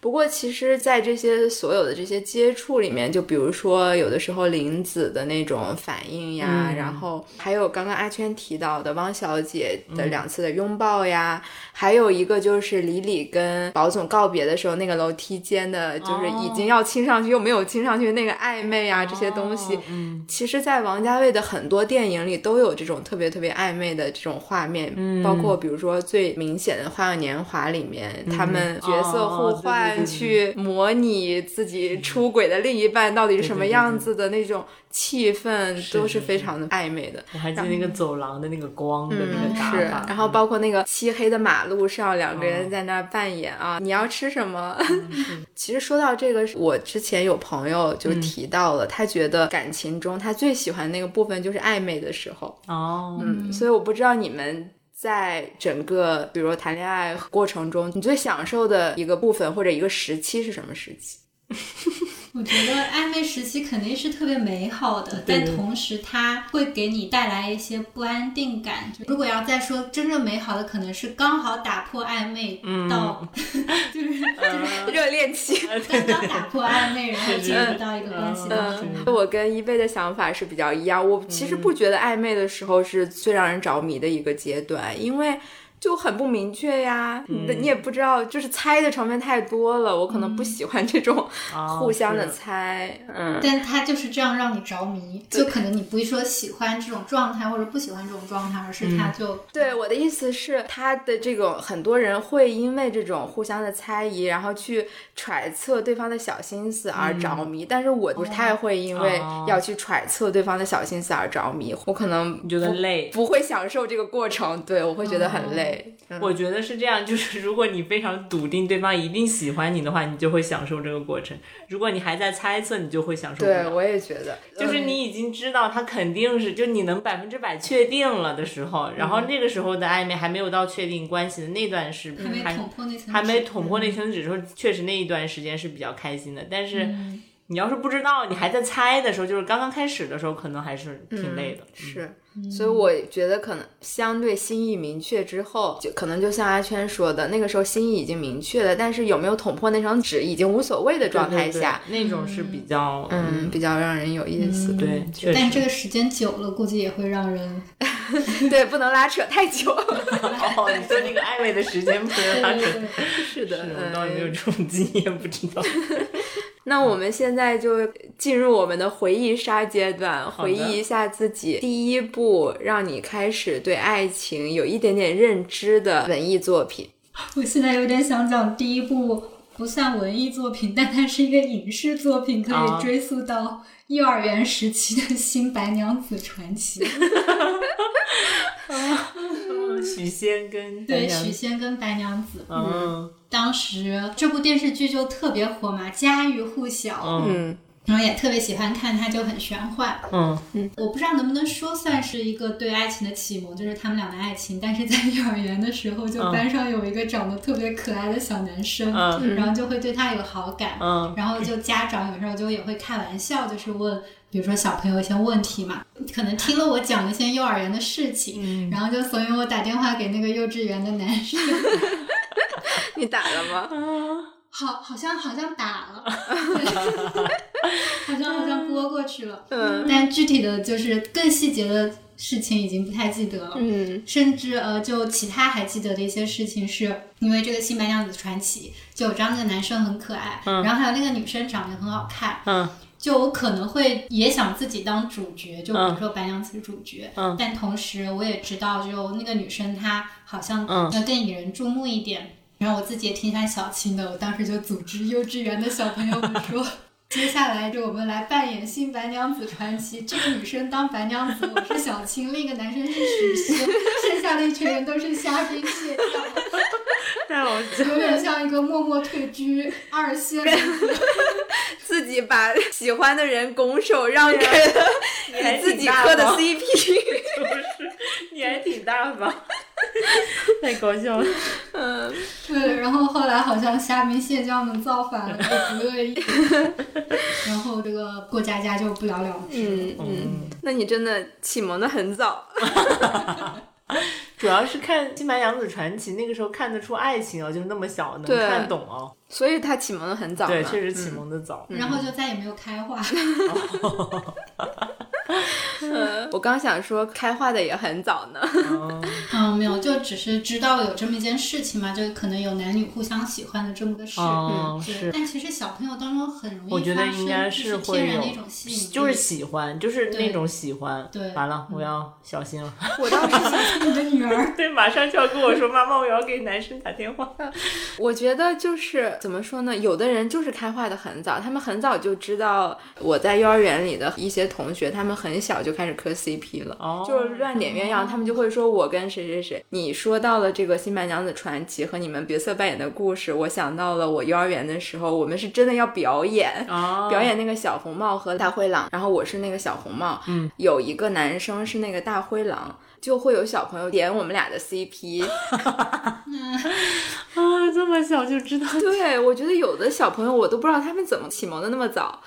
Speaker 1: 不过，其实，在这些所有的这些接触里面，就比如说，有的时候林子的那种反应呀，
Speaker 2: 嗯
Speaker 1: 然后还有刚刚阿圈提到的汪小姐的两次的拥抱呀，还有一个就是李李跟保总告别的时候，那个楼梯间的，就是已经要亲上去、又没有亲上去那个暧昧啊，这些东西，
Speaker 2: 哦嗯，
Speaker 1: 其实，在王家卫的很多电影里都有这种特别特别暧昧的这种画面，
Speaker 2: 嗯
Speaker 1: 包括比如说最明显的《花样年华》里面，他们角色互
Speaker 2: 嗯哦对对对
Speaker 1: 换去模拟自己出轨的另一半到底是什么样子的那种气氛，
Speaker 2: 是
Speaker 1: 都是非常的暧昧的。
Speaker 2: 我还记得那个走廊的那个光的那
Speaker 1: 嗯，
Speaker 2: 个打
Speaker 1: 是，
Speaker 2: 法，哦
Speaker 1: 然后包括那个漆黑的马路上，两个人在那儿扮演啊，你要吃什么？
Speaker 2: 嗯
Speaker 1: 其实说到这个，我之前有朋友就
Speaker 2: 嗯
Speaker 1: 提到了，他觉得感情中他最喜欢那个部分就是暧昧的时候，
Speaker 2: 哦，
Speaker 1: 嗯，所以我不知道你们。在整个，比如说谈恋爱过程中，你最享受的一个部分或者一个时期是什么时期？
Speaker 3: 我觉得暧昧时期肯定是特别美好的，
Speaker 2: 对
Speaker 3: 但同时它会给你带来一些不安定感。如果要再说真正美好的，可能是刚好打破暧昧到，
Speaker 1: 嗯
Speaker 3: 就是就是
Speaker 1: 热恋期。
Speaker 3: 刚刚打破暧昧，然后进入到一个关系当中。
Speaker 1: 嗯，我跟一贝的想法是比较一样。我其实
Speaker 2: 嗯
Speaker 1: 不觉得暧昧的时候是最让人着迷的一个阶
Speaker 2: 嗯
Speaker 1: 段，因为就很不明确呀，你你也不知道，就是猜的成分太多了。我可能不喜欢这种
Speaker 2: 嗯哦
Speaker 1: 互相的
Speaker 2: 是
Speaker 1: 猜，嗯。
Speaker 3: 但他就是这样让你着迷，就可能你不会说喜欢这种状态或者不喜欢这种状态，而是
Speaker 2: 嗯
Speaker 3: 他就、
Speaker 1: 对，我的意思是，他的这种很多人会因为这种互相的猜疑，然后去揣测对方的小心思而着迷。但是我不太会因为
Speaker 2: 嗯哦
Speaker 1: 要去揣测对方的小心思而着迷，我可能
Speaker 2: 你觉得累？
Speaker 1: 不会享受这个过程，对我会觉得很累。嗯
Speaker 2: 我觉得是这样， 就是如果你非常笃定对方一定喜欢你的话，你就会享受这个过程；如果你还在猜测，你就会享受不
Speaker 1: 对，
Speaker 2: 了。
Speaker 1: 我也觉得，
Speaker 2: 就是你已经知道他肯定是，就你能百分之百确定了的时
Speaker 1: 嗯
Speaker 2: 候，然后那个时候的暧昧还没有到确定关系的那段时
Speaker 3: 还没
Speaker 2: 还
Speaker 3: 捅破那嗯层纸，
Speaker 2: 还没捅破那层纸的时候，确实那一段时间是比较开心的。但是
Speaker 1: 嗯
Speaker 2: 你要是不知道，你还在猜的时候，就是刚刚开始的时候，可能还是挺累的。
Speaker 1: 嗯
Speaker 2: 嗯
Speaker 1: 是，所以我觉得可能相对心意明确之后，就可能就像阿圈说的，那个时候心意已经明确了，但是有没有捅破那层纸已经无所谓的状态下，
Speaker 2: 对对对那种是比较
Speaker 1: 嗯，比较让嗯人有意思。
Speaker 2: 对，确实
Speaker 3: 但这个时间久了，估计也会让人
Speaker 2: 嗯
Speaker 1: 对，不能拉扯太久。
Speaker 2: 哦，你说那个暧昧的时间不能拉扯，
Speaker 1: 是 的，
Speaker 2: 我
Speaker 1: 嗯
Speaker 2: 倒是没有这种经验，不知道。
Speaker 1: 那我们现在就进入我们的回忆杀阶段，回忆一下自己第一部让你开始对爱情有一点点认知的文艺作品。
Speaker 3: 我现在有点想讲第一部不算文艺作品，但它是一个影视作品，可
Speaker 2: 啊
Speaker 3: 以追溯到幼儿园时
Speaker 1: 嗯
Speaker 3: 期的《新白娘子传奇》。
Speaker 2: 许仙跟
Speaker 3: 对
Speaker 2: 白娘
Speaker 3: 许仙跟白娘子，
Speaker 2: 嗯
Speaker 3: 当时这部电视剧就特别火嘛，家喻户晓，
Speaker 2: 嗯
Speaker 1: 嗯
Speaker 3: 然后也特别喜欢看，它就很玄幻。
Speaker 2: 嗯，
Speaker 3: 我不知道能不能说算是一个对爱情的启蒙，就是他们俩的爱情。但是在幼儿园的时候，就
Speaker 2: 嗯
Speaker 3: 班上有一个长得特别可爱的小男生，
Speaker 2: 嗯
Speaker 3: 然后就会对他有好感。
Speaker 2: 嗯
Speaker 3: 然后就家长有时候就也会开玩笑，就是问，比如说小朋友一些问题嘛，可能听了我讲一些幼儿园的事情，
Speaker 2: 嗯
Speaker 3: 然后就怂恿我打电话给那个幼稚园的男生，
Speaker 1: 你打了吗？
Speaker 3: 好，好像好像打 了，好像好像拨过去了，
Speaker 1: 嗯
Speaker 3: 但具体的就是更细节的事情已经不太记得了。
Speaker 1: 嗯
Speaker 3: 甚至呃，就其他还记得的一些事情是，因为这个《新白娘子传奇》，就我知道那个男生很可爱，
Speaker 1: 嗯
Speaker 3: 然后还有那个女生长得很好看，
Speaker 2: 嗯
Speaker 3: 就我可能会也想自己当主角，就比如说白娘子主角，
Speaker 2: 嗯
Speaker 3: 但同时我也知道，就那个女生她好像
Speaker 2: 嗯
Speaker 3: 要更引人注目一点。然后我自己也挺喜欢小青的，我当时就组织幼稚园的小朋友们说， 接下来就我们来扮演《新白娘子传奇》，这个女生当白娘子，我是小青，另一个男生是许仙，剩下的一群人都是虾兵蟹将，
Speaker 2: 太好笑
Speaker 3: 有点像一个默默退居二线的
Speaker 1: 自己把喜欢的人拱手让给 了
Speaker 2: 还
Speaker 1: 啊你自
Speaker 2: 挺
Speaker 1: 己
Speaker 2: 大
Speaker 1: 磕的
Speaker 2: 方
Speaker 1: CP。
Speaker 2: 就是你还挺大方， 太搞笑了。
Speaker 1: 嗯，
Speaker 3: 对，然后后来好像虾兵蟹将们造反了，就不乐意。 然后这个过家家就不了了之。
Speaker 1: 嗯嗯，那你真的启蒙的很早。
Speaker 2: 主要是看《新白娘子传奇》，那个时候看得出爱情哦，就是那么小能
Speaker 1: 对
Speaker 2: 看懂哦。
Speaker 1: 所以他启蒙的很早嘛，
Speaker 2: 对，确实启
Speaker 1: 嗯。
Speaker 2: 蒙的早。
Speaker 3: 然后就再也没有开化，
Speaker 1: 嗯我刚想说开化的也很早呢。
Speaker 2: 嗯
Speaker 3: 嗯，没有，就只是知道有这么一件事情嘛，就可能有男女互相喜欢的这么个
Speaker 1: 嗯
Speaker 3: 事。
Speaker 2: 哦，
Speaker 3: 对，
Speaker 2: 是，
Speaker 3: 但其实小朋友当中很容易
Speaker 2: 我觉得
Speaker 3: 发生
Speaker 2: 应该
Speaker 3: 就是
Speaker 2: 会
Speaker 3: 天然
Speaker 2: 有
Speaker 3: 的一种吸引力，
Speaker 2: 就是喜欢，就是那
Speaker 3: 对
Speaker 2: 种喜欢。
Speaker 3: 对
Speaker 2: 完了，我要小心了。
Speaker 1: 我当时想，
Speaker 3: 你的女儿。
Speaker 2: 嗯 对，马上就要跟我说，妈妈，我要给男生打电 话。
Speaker 1: 我觉得就是怎么说呢？有的人就是开化的很早，他们很早就知道我在幼儿园里的一些同学，他们很小就开始磕 CP 了。
Speaker 2: 哦，
Speaker 1: 就是乱点鸳鸯，他们就会说我跟谁谁谁。你说到了这个《新白娘子传奇》和你们角色扮演的故事，我想到了我幼儿园的时候，我们是真的要表演。
Speaker 2: 哦，
Speaker 1: 表演那个小红帽和大灰狼，然后我是那个小红帽，
Speaker 2: 嗯，
Speaker 1: 有一个男生是那个大灰狼，就会有小朋友点我们俩的 CP。
Speaker 2: 啊，这么小就知道。
Speaker 1: 对，我觉得有的小朋友我都不知道他们怎么启蒙的那么早，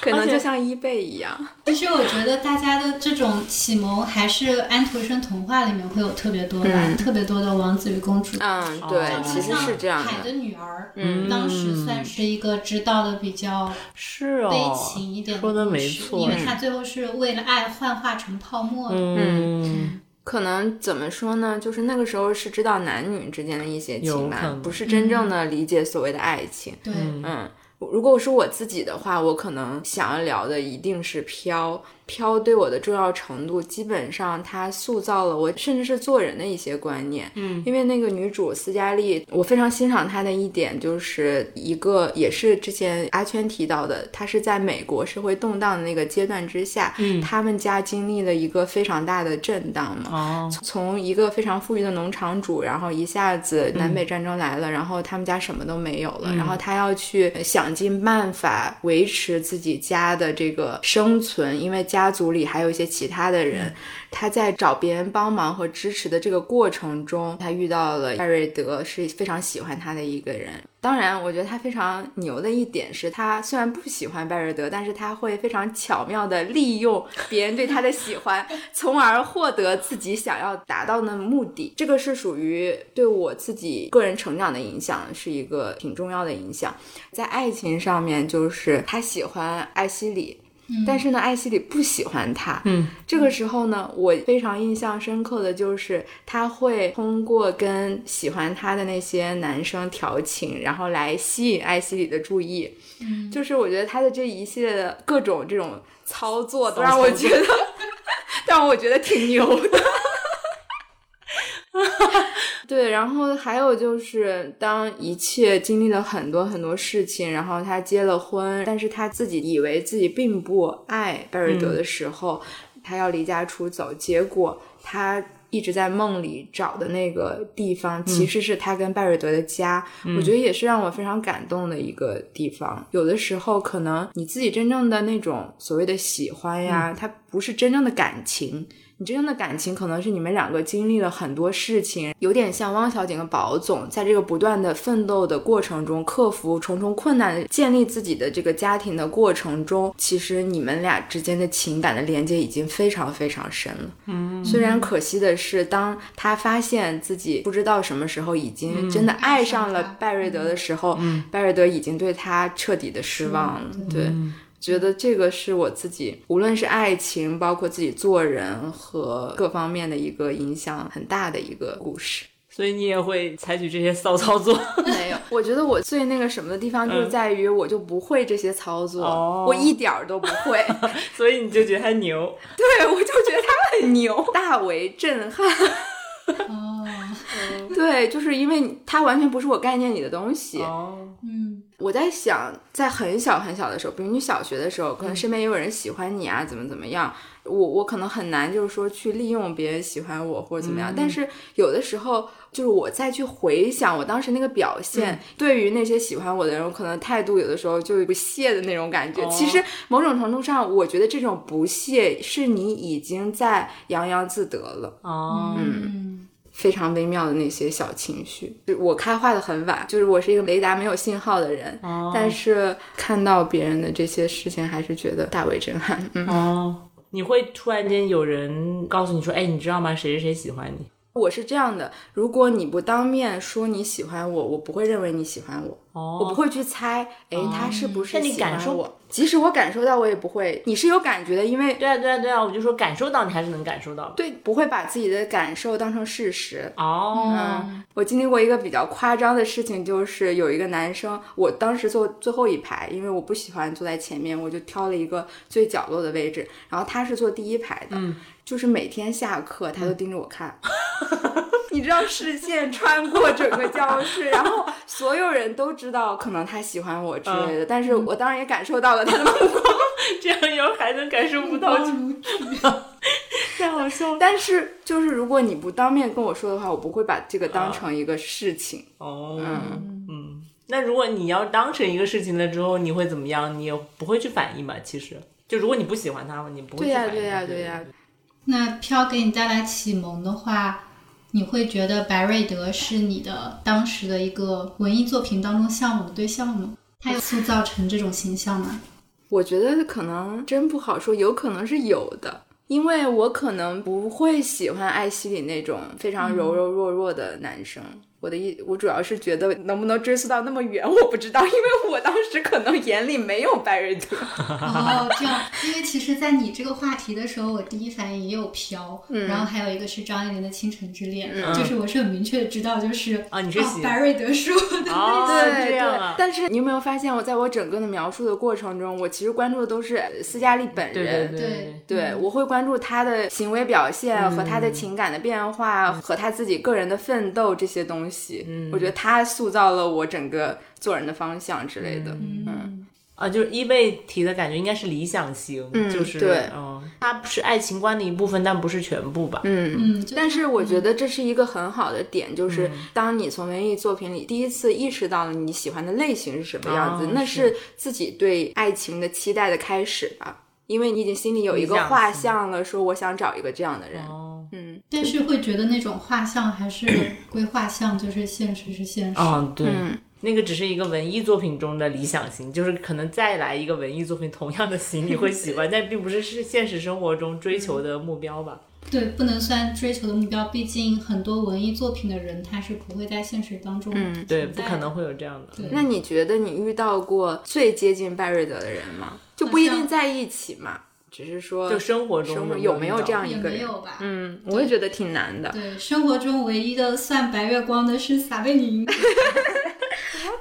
Speaker 1: 可能
Speaker 2: 而且
Speaker 1: 就像一贝一样。
Speaker 3: 其实我觉得大家的这种启蒙还是安徒生童话里面会有特别多吧，
Speaker 1: 嗯
Speaker 3: 特别多的王子与公主。
Speaker 1: 嗯，
Speaker 2: 哦
Speaker 1: 对，其实是这样
Speaker 3: 像海
Speaker 1: 的。
Speaker 3: 的女儿，
Speaker 1: 嗯
Speaker 3: 当时算是一个知道的比较
Speaker 2: 是
Speaker 3: 悲
Speaker 2: 哦，
Speaker 3: 情一点
Speaker 2: 说
Speaker 3: 的
Speaker 2: 的
Speaker 3: 故
Speaker 2: 没
Speaker 3: 事，
Speaker 2: 错
Speaker 3: 因。为
Speaker 1: 嗯
Speaker 3: 她最后是为了爱幻化成泡沫的。
Speaker 2: 嗯，
Speaker 1: 可能怎么说呢？就是那个时候是知道男女之间的一些
Speaker 2: 有
Speaker 1: 情
Speaker 2: 可
Speaker 1: 感
Speaker 2: 能，嗯
Speaker 1: 不是真正的理解所谓的爱情。
Speaker 3: 对，
Speaker 1: 嗯，如果是我自己的话，我可能想要聊的一定是飘。飘对我的重要程度，基本上它塑造了我，甚至是做人的一些观念。嗯，因为那个女主斯嘉丽，我非常欣赏她的一点，就是一个也是之前阿圈提到的，她是在美国社会动荡的那个阶段之下，嗯，他们家经历了一个非常大的震荡嘛，
Speaker 2: 哦，
Speaker 1: 从一个非常富裕的农场主，然后一下子南北战争来了，然后他们家什么都没有了，然后他要去想尽办法维持自己家的这个生存，因为家族里还有一些其他的人。他在找别人帮忙和支持的这个过程中，他遇到了艾瑞德，是非常喜欢他的一个人。当然，我觉得他非常牛的一点是他虽然不喜欢拜瑞德，但是他会非常巧妙地利用别人对他的喜欢，从而获得自己想要达到的目的。这个是属于对我自己个人成长的影响，是一个挺重要的影响。在爱情上面，就是他喜欢艾希里，但是呢，艾希里不喜欢他。
Speaker 2: 嗯，
Speaker 1: 这个时候呢，我非常印象深刻的就是他会通过跟喜欢他的那些男生调情，然后来吸引艾希里的注意。
Speaker 3: 嗯，
Speaker 1: 就是我觉得他的这一系列的各种这种操作，都
Speaker 2: 骚
Speaker 1: 让我
Speaker 2: 操作
Speaker 1: 觉得， 让我觉得挺牛的。 对，然后还有就是，当一切经历了很多很多事情，然后他结了婚，但是他自己以为自己并
Speaker 2: 嗯
Speaker 1: 不爱贝尔德的时候，他要离家出走，结果他。一直在梦里找的那个地方，其实是他跟拜瑞德的家。我觉得也是让我非常感动的一个地方。有的时候，可能你自己真正的那种所谓的喜欢呀，它不是真正的感情。你真正的感情可能是你们两个经历了很多事情，有点像汪小姐和宝总在这个不断的奋斗的过程中，克服重重困难，建立自己的这个家庭的过程中，其实你们俩之间的情感的连接已经非常非常深了。嗯，虽然可惜的是，当他发现自己不知道什么时候已经真的爱上
Speaker 3: 爱上
Speaker 1: 了
Speaker 3: 他
Speaker 1: 拜瑞德的时候，拜瑞德已经对他彻底的失望了。对。觉得这个是我自己，无论是爱情，包括自己做人和各方面的一个影响很大的一个故事。
Speaker 2: 所以你也会采取这些骚操作。
Speaker 1: 没有，我觉得我最那个什么的地方就是在于，我就不会这些操作，
Speaker 2: 嗯哦
Speaker 1: 我一点儿都不会。
Speaker 2: 所以你就觉得他牛，
Speaker 1: 对，我就觉得他很牛，大为震撼。嗯
Speaker 3: 哦，
Speaker 1: 对，就是因为他完全不是我概念里的东西。
Speaker 2: 哦，
Speaker 3: 嗯，
Speaker 1: 我在想，在很小很小的时候，比如你小学的时候，可能身边也有人喜欢你啊，怎么怎么样。我我可能很难就是说去利用别人喜欢我或者怎么样，但是有的时候就是我再去回想我当时那个表现，对于那些喜欢我的人，我可能态度有的时候就不屑的那种感觉。
Speaker 2: 哦
Speaker 1: 其实某种程度上，我觉得这种不屑是你已经在洋洋自得了。
Speaker 2: 哦，
Speaker 3: 嗯，
Speaker 1: 非常微妙的那些小情绪。就我开化的很晚，就是我是一个雷达没有信号的人，
Speaker 2: 哦
Speaker 1: 但是看到别人的这些事情，还是觉得大为震撼。嗯，
Speaker 2: 哦，你会突然间有人告诉你说，哎，你知道吗？谁谁谁喜欢你？
Speaker 1: 我是这样的，如果你不当面说你喜欢我，我不会认为你喜欢我。
Speaker 2: 哦，
Speaker 1: 我不会去猜，哎，他是不是
Speaker 2: 但你
Speaker 1: 喜欢
Speaker 2: 感受
Speaker 1: 我？即使我感受到，我也不会。你是有感觉的，因为
Speaker 2: 对啊，对啊，对啊，我就说感受到你还是能感受到的。
Speaker 1: 对不会把自己的感受当成事实。
Speaker 2: 哦，
Speaker 1: 嗯，我经历过一个比较夸张的事情，就是有一个男生，我当时坐最后一排，因为我不喜欢坐在前面，我就挑了一个最角落的位置。然后他是坐第一排的，
Speaker 2: 嗯
Speaker 1: 就是每天下课他都盯着我看， 你知道视线穿过整个教室，然后所有人都知道可能他喜欢我之类
Speaker 2: 嗯
Speaker 1: 的，但是我当然也感受到了他的目光，
Speaker 2: 这样以后还能感受不到，
Speaker 3: 包
Speaker 1: 嗯
Speaker 3: 如
Speaker 2: 太好笑了。
Speaker 1: 但是就是如果你不当面跟我说的话，我不会把这个当成一个事情。
Speaker 2: 啊哦，嗯那如果你要当成一个事情了之后，你会怎么样？你也不会去反应吧？其实，就如果你不喜欢他，你不
Speaker 1: 对
Speaker 2: 会去
Speaker 1: 呀、
Speaker 2: 反应。
Speaker 1: 对呀、
Speaker 2: 不
Speaker 1: 对呀、
Speaker 3: 那飘给你带来启蒙的话，你会觉得白瑞德是你的当时的一个文艺作品当中向往的对象吗？他有塑造成这种形象吗？
Speaker 1: 我觉得可能真不好说，有可能是有的，因为我可能不会喜欢艾希里那种非常
Speaker 2: 嗯
Speaker 1: 柔柔弱弱的男生。我的意，我主要是觉得能不能追溯到那么远，我不知道，因为我当时可能眼里没有拜瑞 德。
Speaker 3: 哦，这样，因为其实，在你这个话题的时候，我第一反应也有飘，然后还有一个是张爱玲的《倾城之恋》就是我是很明确的知道，就是哦
Speaker 2: 啊你是喜
Speaker 3: 白瑞德是我的
Speaker 2: 哦，
Speaker 1: 对
Speaker 2: 这样
Speaker 1: 对
Speaker 2: 啊，。
Speaker 1: 但是你有没有发现，我在我整个的描述的过程中，我其实关注的都是呃斯嘉丽本人。
Speaker 2: 对对
Speaker 3: 对
Speaker 2: 对。
Speaker 1: 对，我会关注他的行为表现
Speaker 2: 嗯
Speaker 1: 和他的情感的变化、和他自己个人的奋斗这些东西。嗯，我觉得他塑造了我整个做人的方向之类的。
Speaker 3: 嗯，
Speaker 2: 啊，就是伊贝提的感觉应该是理想型，
Speaker 1: 嗯
Speaker 2: 就是
Speaker 1: 对
Speaker 2: 嗯，它是爱情观的一部分，但不是全部吧？
Speaker 1: 嗯
Speaker 3: 嗯就
Speaker 1: 但是我觉得这是一个很好的点，
Speaker 2: 嗯
Speaker 1: 就是当你从文艺作品里第一次意识到了你喜欢的类型是什么样子，
Speaker 2: 哦
Speaker 1: 那
Speaker 2: 是
Speaker 1: 是自己对爱情的期待的开始吧。因为你已经心里有一个
Speaker 2: 理想
Speaker 1: 画
Speaker 2: 型
Speaker 1: 像了，说我想找一个这样的人。
Speaker 2: 哦，
Speaker 1: 嗯，
Speaker 3: 但是会觉得那种画像还是归画像，就是现实是现实。
Speaker 2: 哦，对，
Speaker 1: 嗯
Speaker 2: 那个只是一个文艺作品中的理想型，就是可能再来一个文艺作品同样的型，你会 喜欢，但并不是是现实生活中追求的目标吧？
Speaker 3: 对，不能算追求的目标，毕竟很多文艺作品的人他是不会在现实当中存在的。
Speaker 2: 对，不可能会有这样的。
Speaker 3: 对
Speaker 1: 那你觉得你遇到过最接近拜瑞德的人吗？就不一定在一起嘛，只是说
Speaker 2: 就生活中
Speaker 1: 生活
Speaker 2: 有
Speaker 1: 有
Speaker 2: 没
Speaker 1: 没
Speaker 2: 有
Speaker 1: 有这样
Speaker 3: 也
Speaker 1: 一个
Speaker 3: 没
Speaker 1: 人？
Speaker 3: 有吧。
Speaker 1: 嗯，我也觉得挺难的。
Speaker 3: 对，生活中唯一的算白月光的是撒贝宁。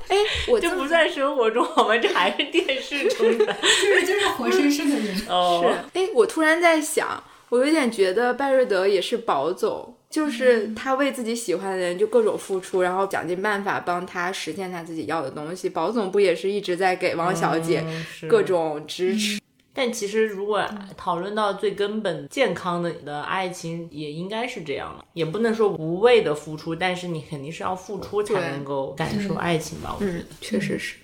Speaker 1: 哎，我
Speaker 2: 这
Speaker 1: 自
Speaker 2: 不算生活中，我们这还是电视中的
Speaker 3: 就是就是活生生的人。
Speaker 1: 是
Speaker 2: 哦。
Speaker 1: 哎，我突然在想，我有点觉得拜瑞德也是宝总，就是
Speaker 2: 嗯
Speaker 1: 他为自己喜欢的人就各种付出，然后想尽办法帮他实现他自己要的东西。宝总不也是一直在给汪小姐
Speaker 2: 嗯是
Speaker 1: 各种支持？
Speaker 2: 但其实，如果讨论到最根本健康的的爱情，也应该是这样了，也不能说无谓的付出，但是你肯定是要付出才能够感受爱情吧？我觉得
Speaker 1: 嗯，确实是。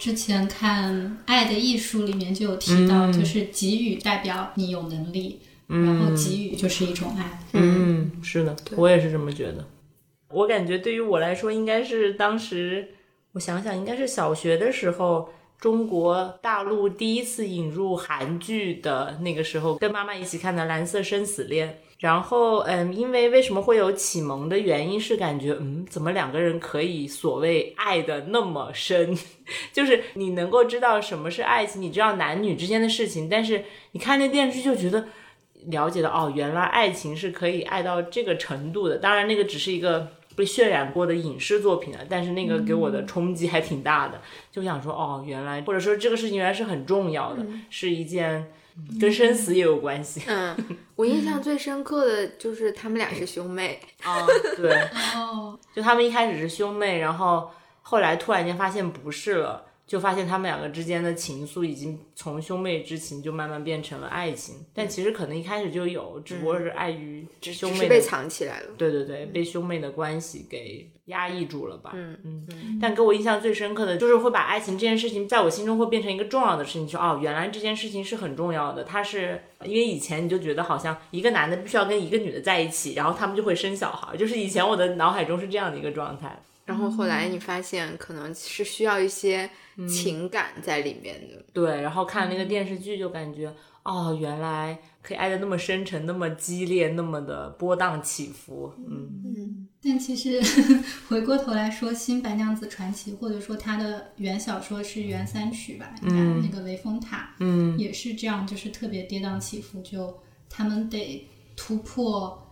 Speaker 3: 之前看《爱的艺术》里面就有提到，就是给予代表你有能力，然后给予就是一种爱。
Speaker 2: 嗯，是的，我也是这么觉得。我感觉对于我来说，应该是当时我想想，应该是小学的时候，中国大陆第一次引入韩剧的那个时候，跟妈妈一起看的《蓝色生死恋》。然后，嗯，因为为什么会有启蒙的原因是感觉，嗯，怎么两个人可以所谓爱的那么深， 就是你能够知道什么是爱情，你知道男女之间的事情，但是你看那电视剧就觉得了解到哦，原来爱情是可以爱到这个程度的。当然，那个只是一个被渲染过的影视作品了，啊但是那个给我的冲击还挺大的。就想说哦，原来或者说这个事情原来是很重要的，是一件跟生死也有关系。
Speaker 1: 嗯，我印象最深刻的就是他们俩是兄妹，
Speaker 2: 啊、对，
Speaker 3: 哦，
Speaker 2: 就他们一开始是兄妹，然后后来突然间发现不是了，就发现他们两个之间的情愫已经从兄妹之情就慢慢变成了爱情，但其实可能一开始就有，只不过是碍于
Speaker 1: 嗯只
Speaker 2: 兄妹
Speaker 1: 是
Speaker 2: 的
Speaker 1: 被藏起来了。
Speaker 2: 对对对，被兄妹的关系给压抑住了吧？嗯嗯。但给我印象最深刻的就是会把爱情这件事情，在我心中会变成一个重要的事情，说哦，原来这件事情是很重要的。它是因为以前你就觉得好像一个男的必须要跟一个女的在一起，然后他们就会生小孩，就是以前我的脑海中是这样的一个状态。
Speaker 1: 然后后来你发现，可能是需要一些
Speaker 2: 嗯
Speaker 1: 情感在里面的。
Speaker 2: 对，然后看那个电视剧就感觉，哦，原来可以爱的那么深沉，那么激烈，那么的波荡起伏。嗯
Speaker 3: 但其实 回过头来说，《新白娘子传奇》或者说它的原小说是原三曲吧，应该、那个《雷峰塔》
Speaker 2: 嗯
Speaker 3: 也是这样，就是特别跌宕起伏，就他们得突破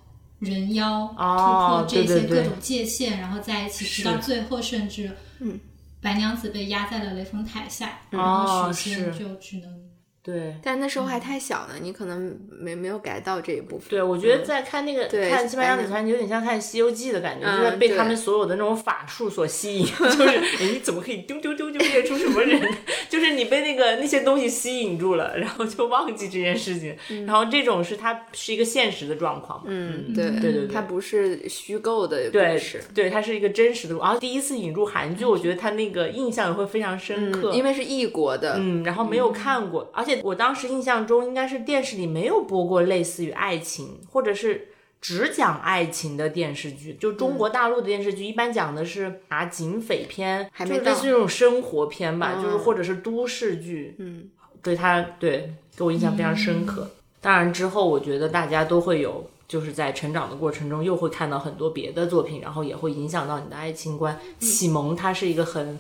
Speaker 3: 人妖，
Speaker 2: 嗯哦
Speaker 3: 突破
Speaker 2: 对
Speaker 3: 这些
Speaker 2: 对
Speaker 3: 各
Speaker 2: 对
Speaker 3: 种界限，然后在一起，直
Speaker 2: 是
Speaker 3: 到最后，甚至
Speaker 1: 嗯
Speaker 3: 白娘子被压在了雷峰塔下，然
Speaker 2: 哦
Speaker 3: 后许仙
Speaker 2: 是
Speaker 3: 就只能
Speaker 2: 对。
Speaker 1: 但那时候还太小呢，你可能没没有 get 到这一部分。
Speaker 2: 对，我觉得在看那个、
Speaker 1: 嗯对
Speaker 2: 看《西班牙女传奇》有点像看《西游记》的感觉，
Speaker 1: 嗯
Speaker 2: 就在被
Speaker 1: 对
Speaker 2: 他们所有的那种法术所吸引， 就是哎，你怎么可以丢丢丢就变出什么人？ 就是你被那个那些东西吸引住了，然后就忘记这件事情。然后这种是它是一个现实的状况嘛？
Speaker 1: 嗯，对
Speaker 2: 对对对
Speaker 1: 它不是虚构的
Speaker 2: 对
Speaker 1: 故事。
Speaker 2: 对，它是一个真实的。然后第一次引入韩剧，我觉得它那个印象也会非常深刻，
Speaker 1: 嗯因为是异国的，
Speaker 2: 嗯，然后没有看过，而且我当时印象中应该是电视里没有播过类似于爱情或者是只讲爱情的电视剧，就
Speaker 1: 嗯
Speaker 2: 中国大陆的电视剧一般讲的是啊警匪片，
Speaker 1: 还
Speaker 2: 就
Speaker 1: 没
Speaker 2: 是类
Speaker 1: 到
Speaker 2: 似于那种生活片吧，就是
Speaker 1: 嗯
Speaker 2: 或者是都市剧，
Speaker 1: 嗯，
Speaker 2: 对他对给我印象非常深刻。当然之后我觉得大家都会有。就是在成长的过程中，又会看到很多别的作品，然后也会影响到你的爱情观。
Speaker 1: 嗯
Speaker 2: 启蒙它是一个很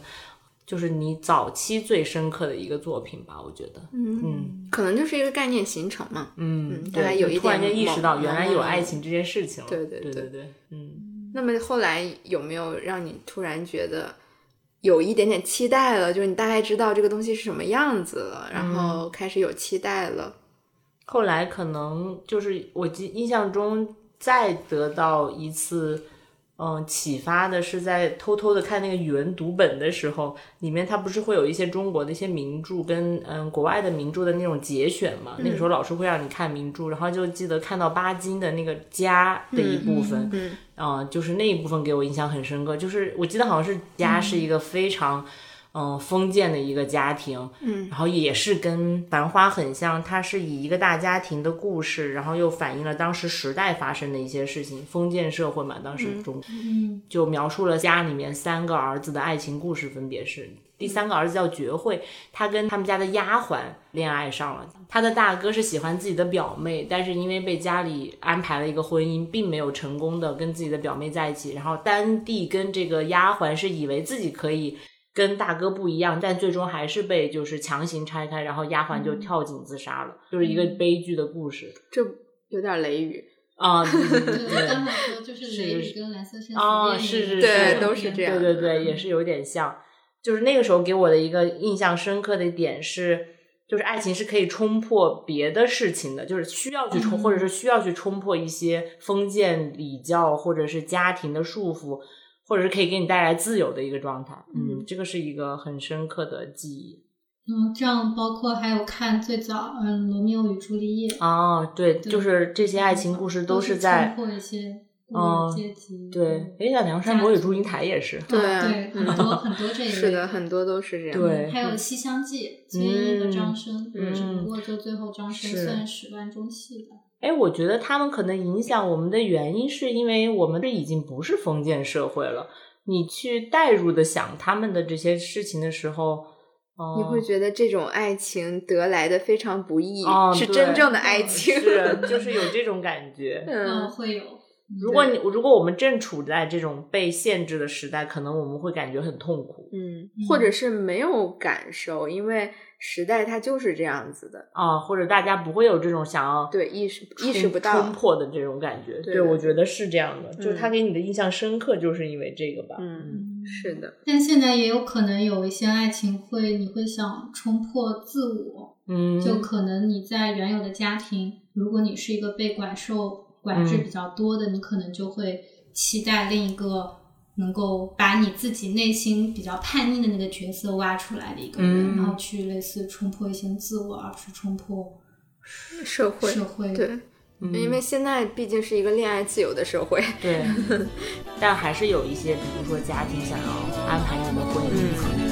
Speaker 2: 就是你早期最深刻的一个作品吧，我觉得。嗯
Speaker 1: 可能就是一个概念形成嘛。
Speaker 2: 嗯
Speaker 1: 大家
Speaker 2: 对，
Speaker 1: 有
Speaker 2: 就
Speaker 1: 一
Speaker 2: 突然
Speaker 1: 点
Speaker 2: 间意识到
Speaker 1: 懵
Speaker 2: 原来有
Speaker 1: 懵
Speaker 2: 爱情这件事情了。
Speaker 1: 对
Speaker 2: 对
Speaker 1: 对
Speaker 2: 对
Speaker 1: 对
Speaker 2: 嗯，
Speaker 1: 那么后来有没有让你突然觉得有一点点期待了？就是你大概知道这个东西是什么样子了，然
Speaker 2: 嗯
Speaker 1: 后开始有期待了。
Speaker 2: 后来可能就是我记印象中再得到一次。嗯，启发的是在偷偷的看那个语文读本的时候，里面它不是会有一些中国的一些名著跟嗯国外的名著的那种节选嘛？那个时
Speaker 1: 嗯
Speaker 2: 候老师会让你看名著，然后就记得看到巴金的那个《家》的一部分，
Speaker 1: 嗯
Speaker 2: 嗯、就是那一部分给我印象很深刻。就是我记得好像是
Speaker 1: 嗯
Speaker 2: 家是一个非常，嗯、封建的一个家庭，
Speaker 1: 嗯，
Speaker 2: 然后也是跟《繁花》很像，它是以一个大家庭的故事，然后又反映了当时时代发生的一些事情，封建社会嘛，当时中、
Speaker 3: 嗯
Speaker 2: 就描述了家里面三个儿子的爱情故事，分别是第三个儿子叫觉慧，他跟他们家的丫鬟恋爱上了。他的大哥是喜欢自己的表妹，但是因为被家里安排了一个婚姻，并没有成功的跟自己的表妹在一起。然后丹帝跟这个丫鬟是以为自己可以跟大哥不一样，但最终还是被就是强行拆开，然后丫鬟就跳井自杀了，就是一个悲剧的故事
Speaker 1: 这有点雷雨。
Speaker 2: 啊。对对对
Speaker 3: 对，我嗯刚才说就是
Speaker 2: 是
Speaker 3: 雷
Speaker 2: 是
Speaker 3: 雨跟蓝色生死
Speaker 2: 哦
Speaker 3: 恋
Speaker 2: 是
Speaker 3: 里
Speaker 2: 是
Speaker 3: 面
Speaker 1: 对
Speaker 3: 的
Speaker 1: 都是这样
Speaker 2: 对对对，也是有点像。就是那个时候给我的一个印象深刻的点是，就是爱情是可以冲破别的事情的，就是需要去冲，
Speaker 3: 嗯
Speaker 2: 或者是需要去冲破一些封建礼教或者是家庭的束缚，或者是可以给你带来自由的一个状态。嗯，这个是一个很深刻的记忆。
Speaker 3: 嗯，这样包括还有看最早嗯《罗密欧与朱丽叶》，
Speaker 2: 哦，对，
Speaker 3: 对
Speaker 2: 就是这些爱情故事
Speaker 3: 都
Speaker 2: 是在
Speaker 3: 冲破一些
Speaker 2: 嗯
Speaker 3: 嗯阶级，
Speaker 2: 对，哎，像梁山伯与祝英台也是，
Speaker 3: 对
Speaker 1: 对啊
Speaker 3: 对，
Speaker 1: 嗯
Speaker 3: 很多很多这一 类
Speaker 1: 是的，很多都是这样。
Speaker 2: 对
Speaker 3: 还有《西厢记》，崔莺莺和张生，
Speaker 1: 嗯
Speaker 3: 只不过就最后张生
Speaker 2: 是
Speaker 3: 算是万中戏吧。
Speaker 2: 哎，我觉得他们可能影响我们的原因，是因为我们这已经不是封建社会了。你去代入的想他们的这些事情的时候，哦、
Speaker 1: 你会觉得这种爱情得来的非常不易，
Speaker 2: 哦
Speaker 1: 是
Speaker 2: 对
Speaker 1: 真正的爱情。
Speaker 2: 是就是有这种感觉。
Speaker 1: 嗯，
Speaker 3: 会有。
Speaker 2: 如果你如果我们正处在这种被限制的时代，可能我们会感觉很痛苦
Speaker 1: 嗯
Speaker 3: 嗯，
Speaker 1: 或者是没有感受，因为时代它就是这样子的，
Speaker 2: 啊，或者大家不会有这种想要
Speaker 1: 对，意识
Speaker 2: 冲
Speaker 1: 意识不
Speaker 2: 冲
Speaker 1: 到，
Speaker 2: 破的这种感觉。
Speaker 1: 对
Speaker 2: 对，
Speaker 1: 对
Speaker 2: 我觉得是这样的，就是
Speaker 1: 嗯
Speaker 2: 他给你的印象深刻，就是因为这个吧。
Speaker 1: 嗯，
Speaker 3: 嗯
Speaker 1: 是。的，
Speaker 3: 但现在也有可能有一些爱情会，你会想冲破自我，
Speaker 2: 嗯，
Speaker 3: 就可能你在原有的家庭，如果你是一个被管受管制
Speaker 2: 嗯
Speaker 3: 比较多的，你可能就会期待另一个能够把你自己内心比较叛逆的那个角色挖出来的一个人，
Speaker 2: 嗯
Speaker 3: 然后去类似冲破一些自我，而不是冲破
Speaker 1: 嗯社会，
Speaker 3: 社会。
Speaker 1: 对，
Speaker 2: 嗯
Speaker 1: 因为现在毕竟是一个恋爱自由的社会，
Speaker 2: 对，但还是有一些，比如说家庭想要安排你的婚姻，可能啊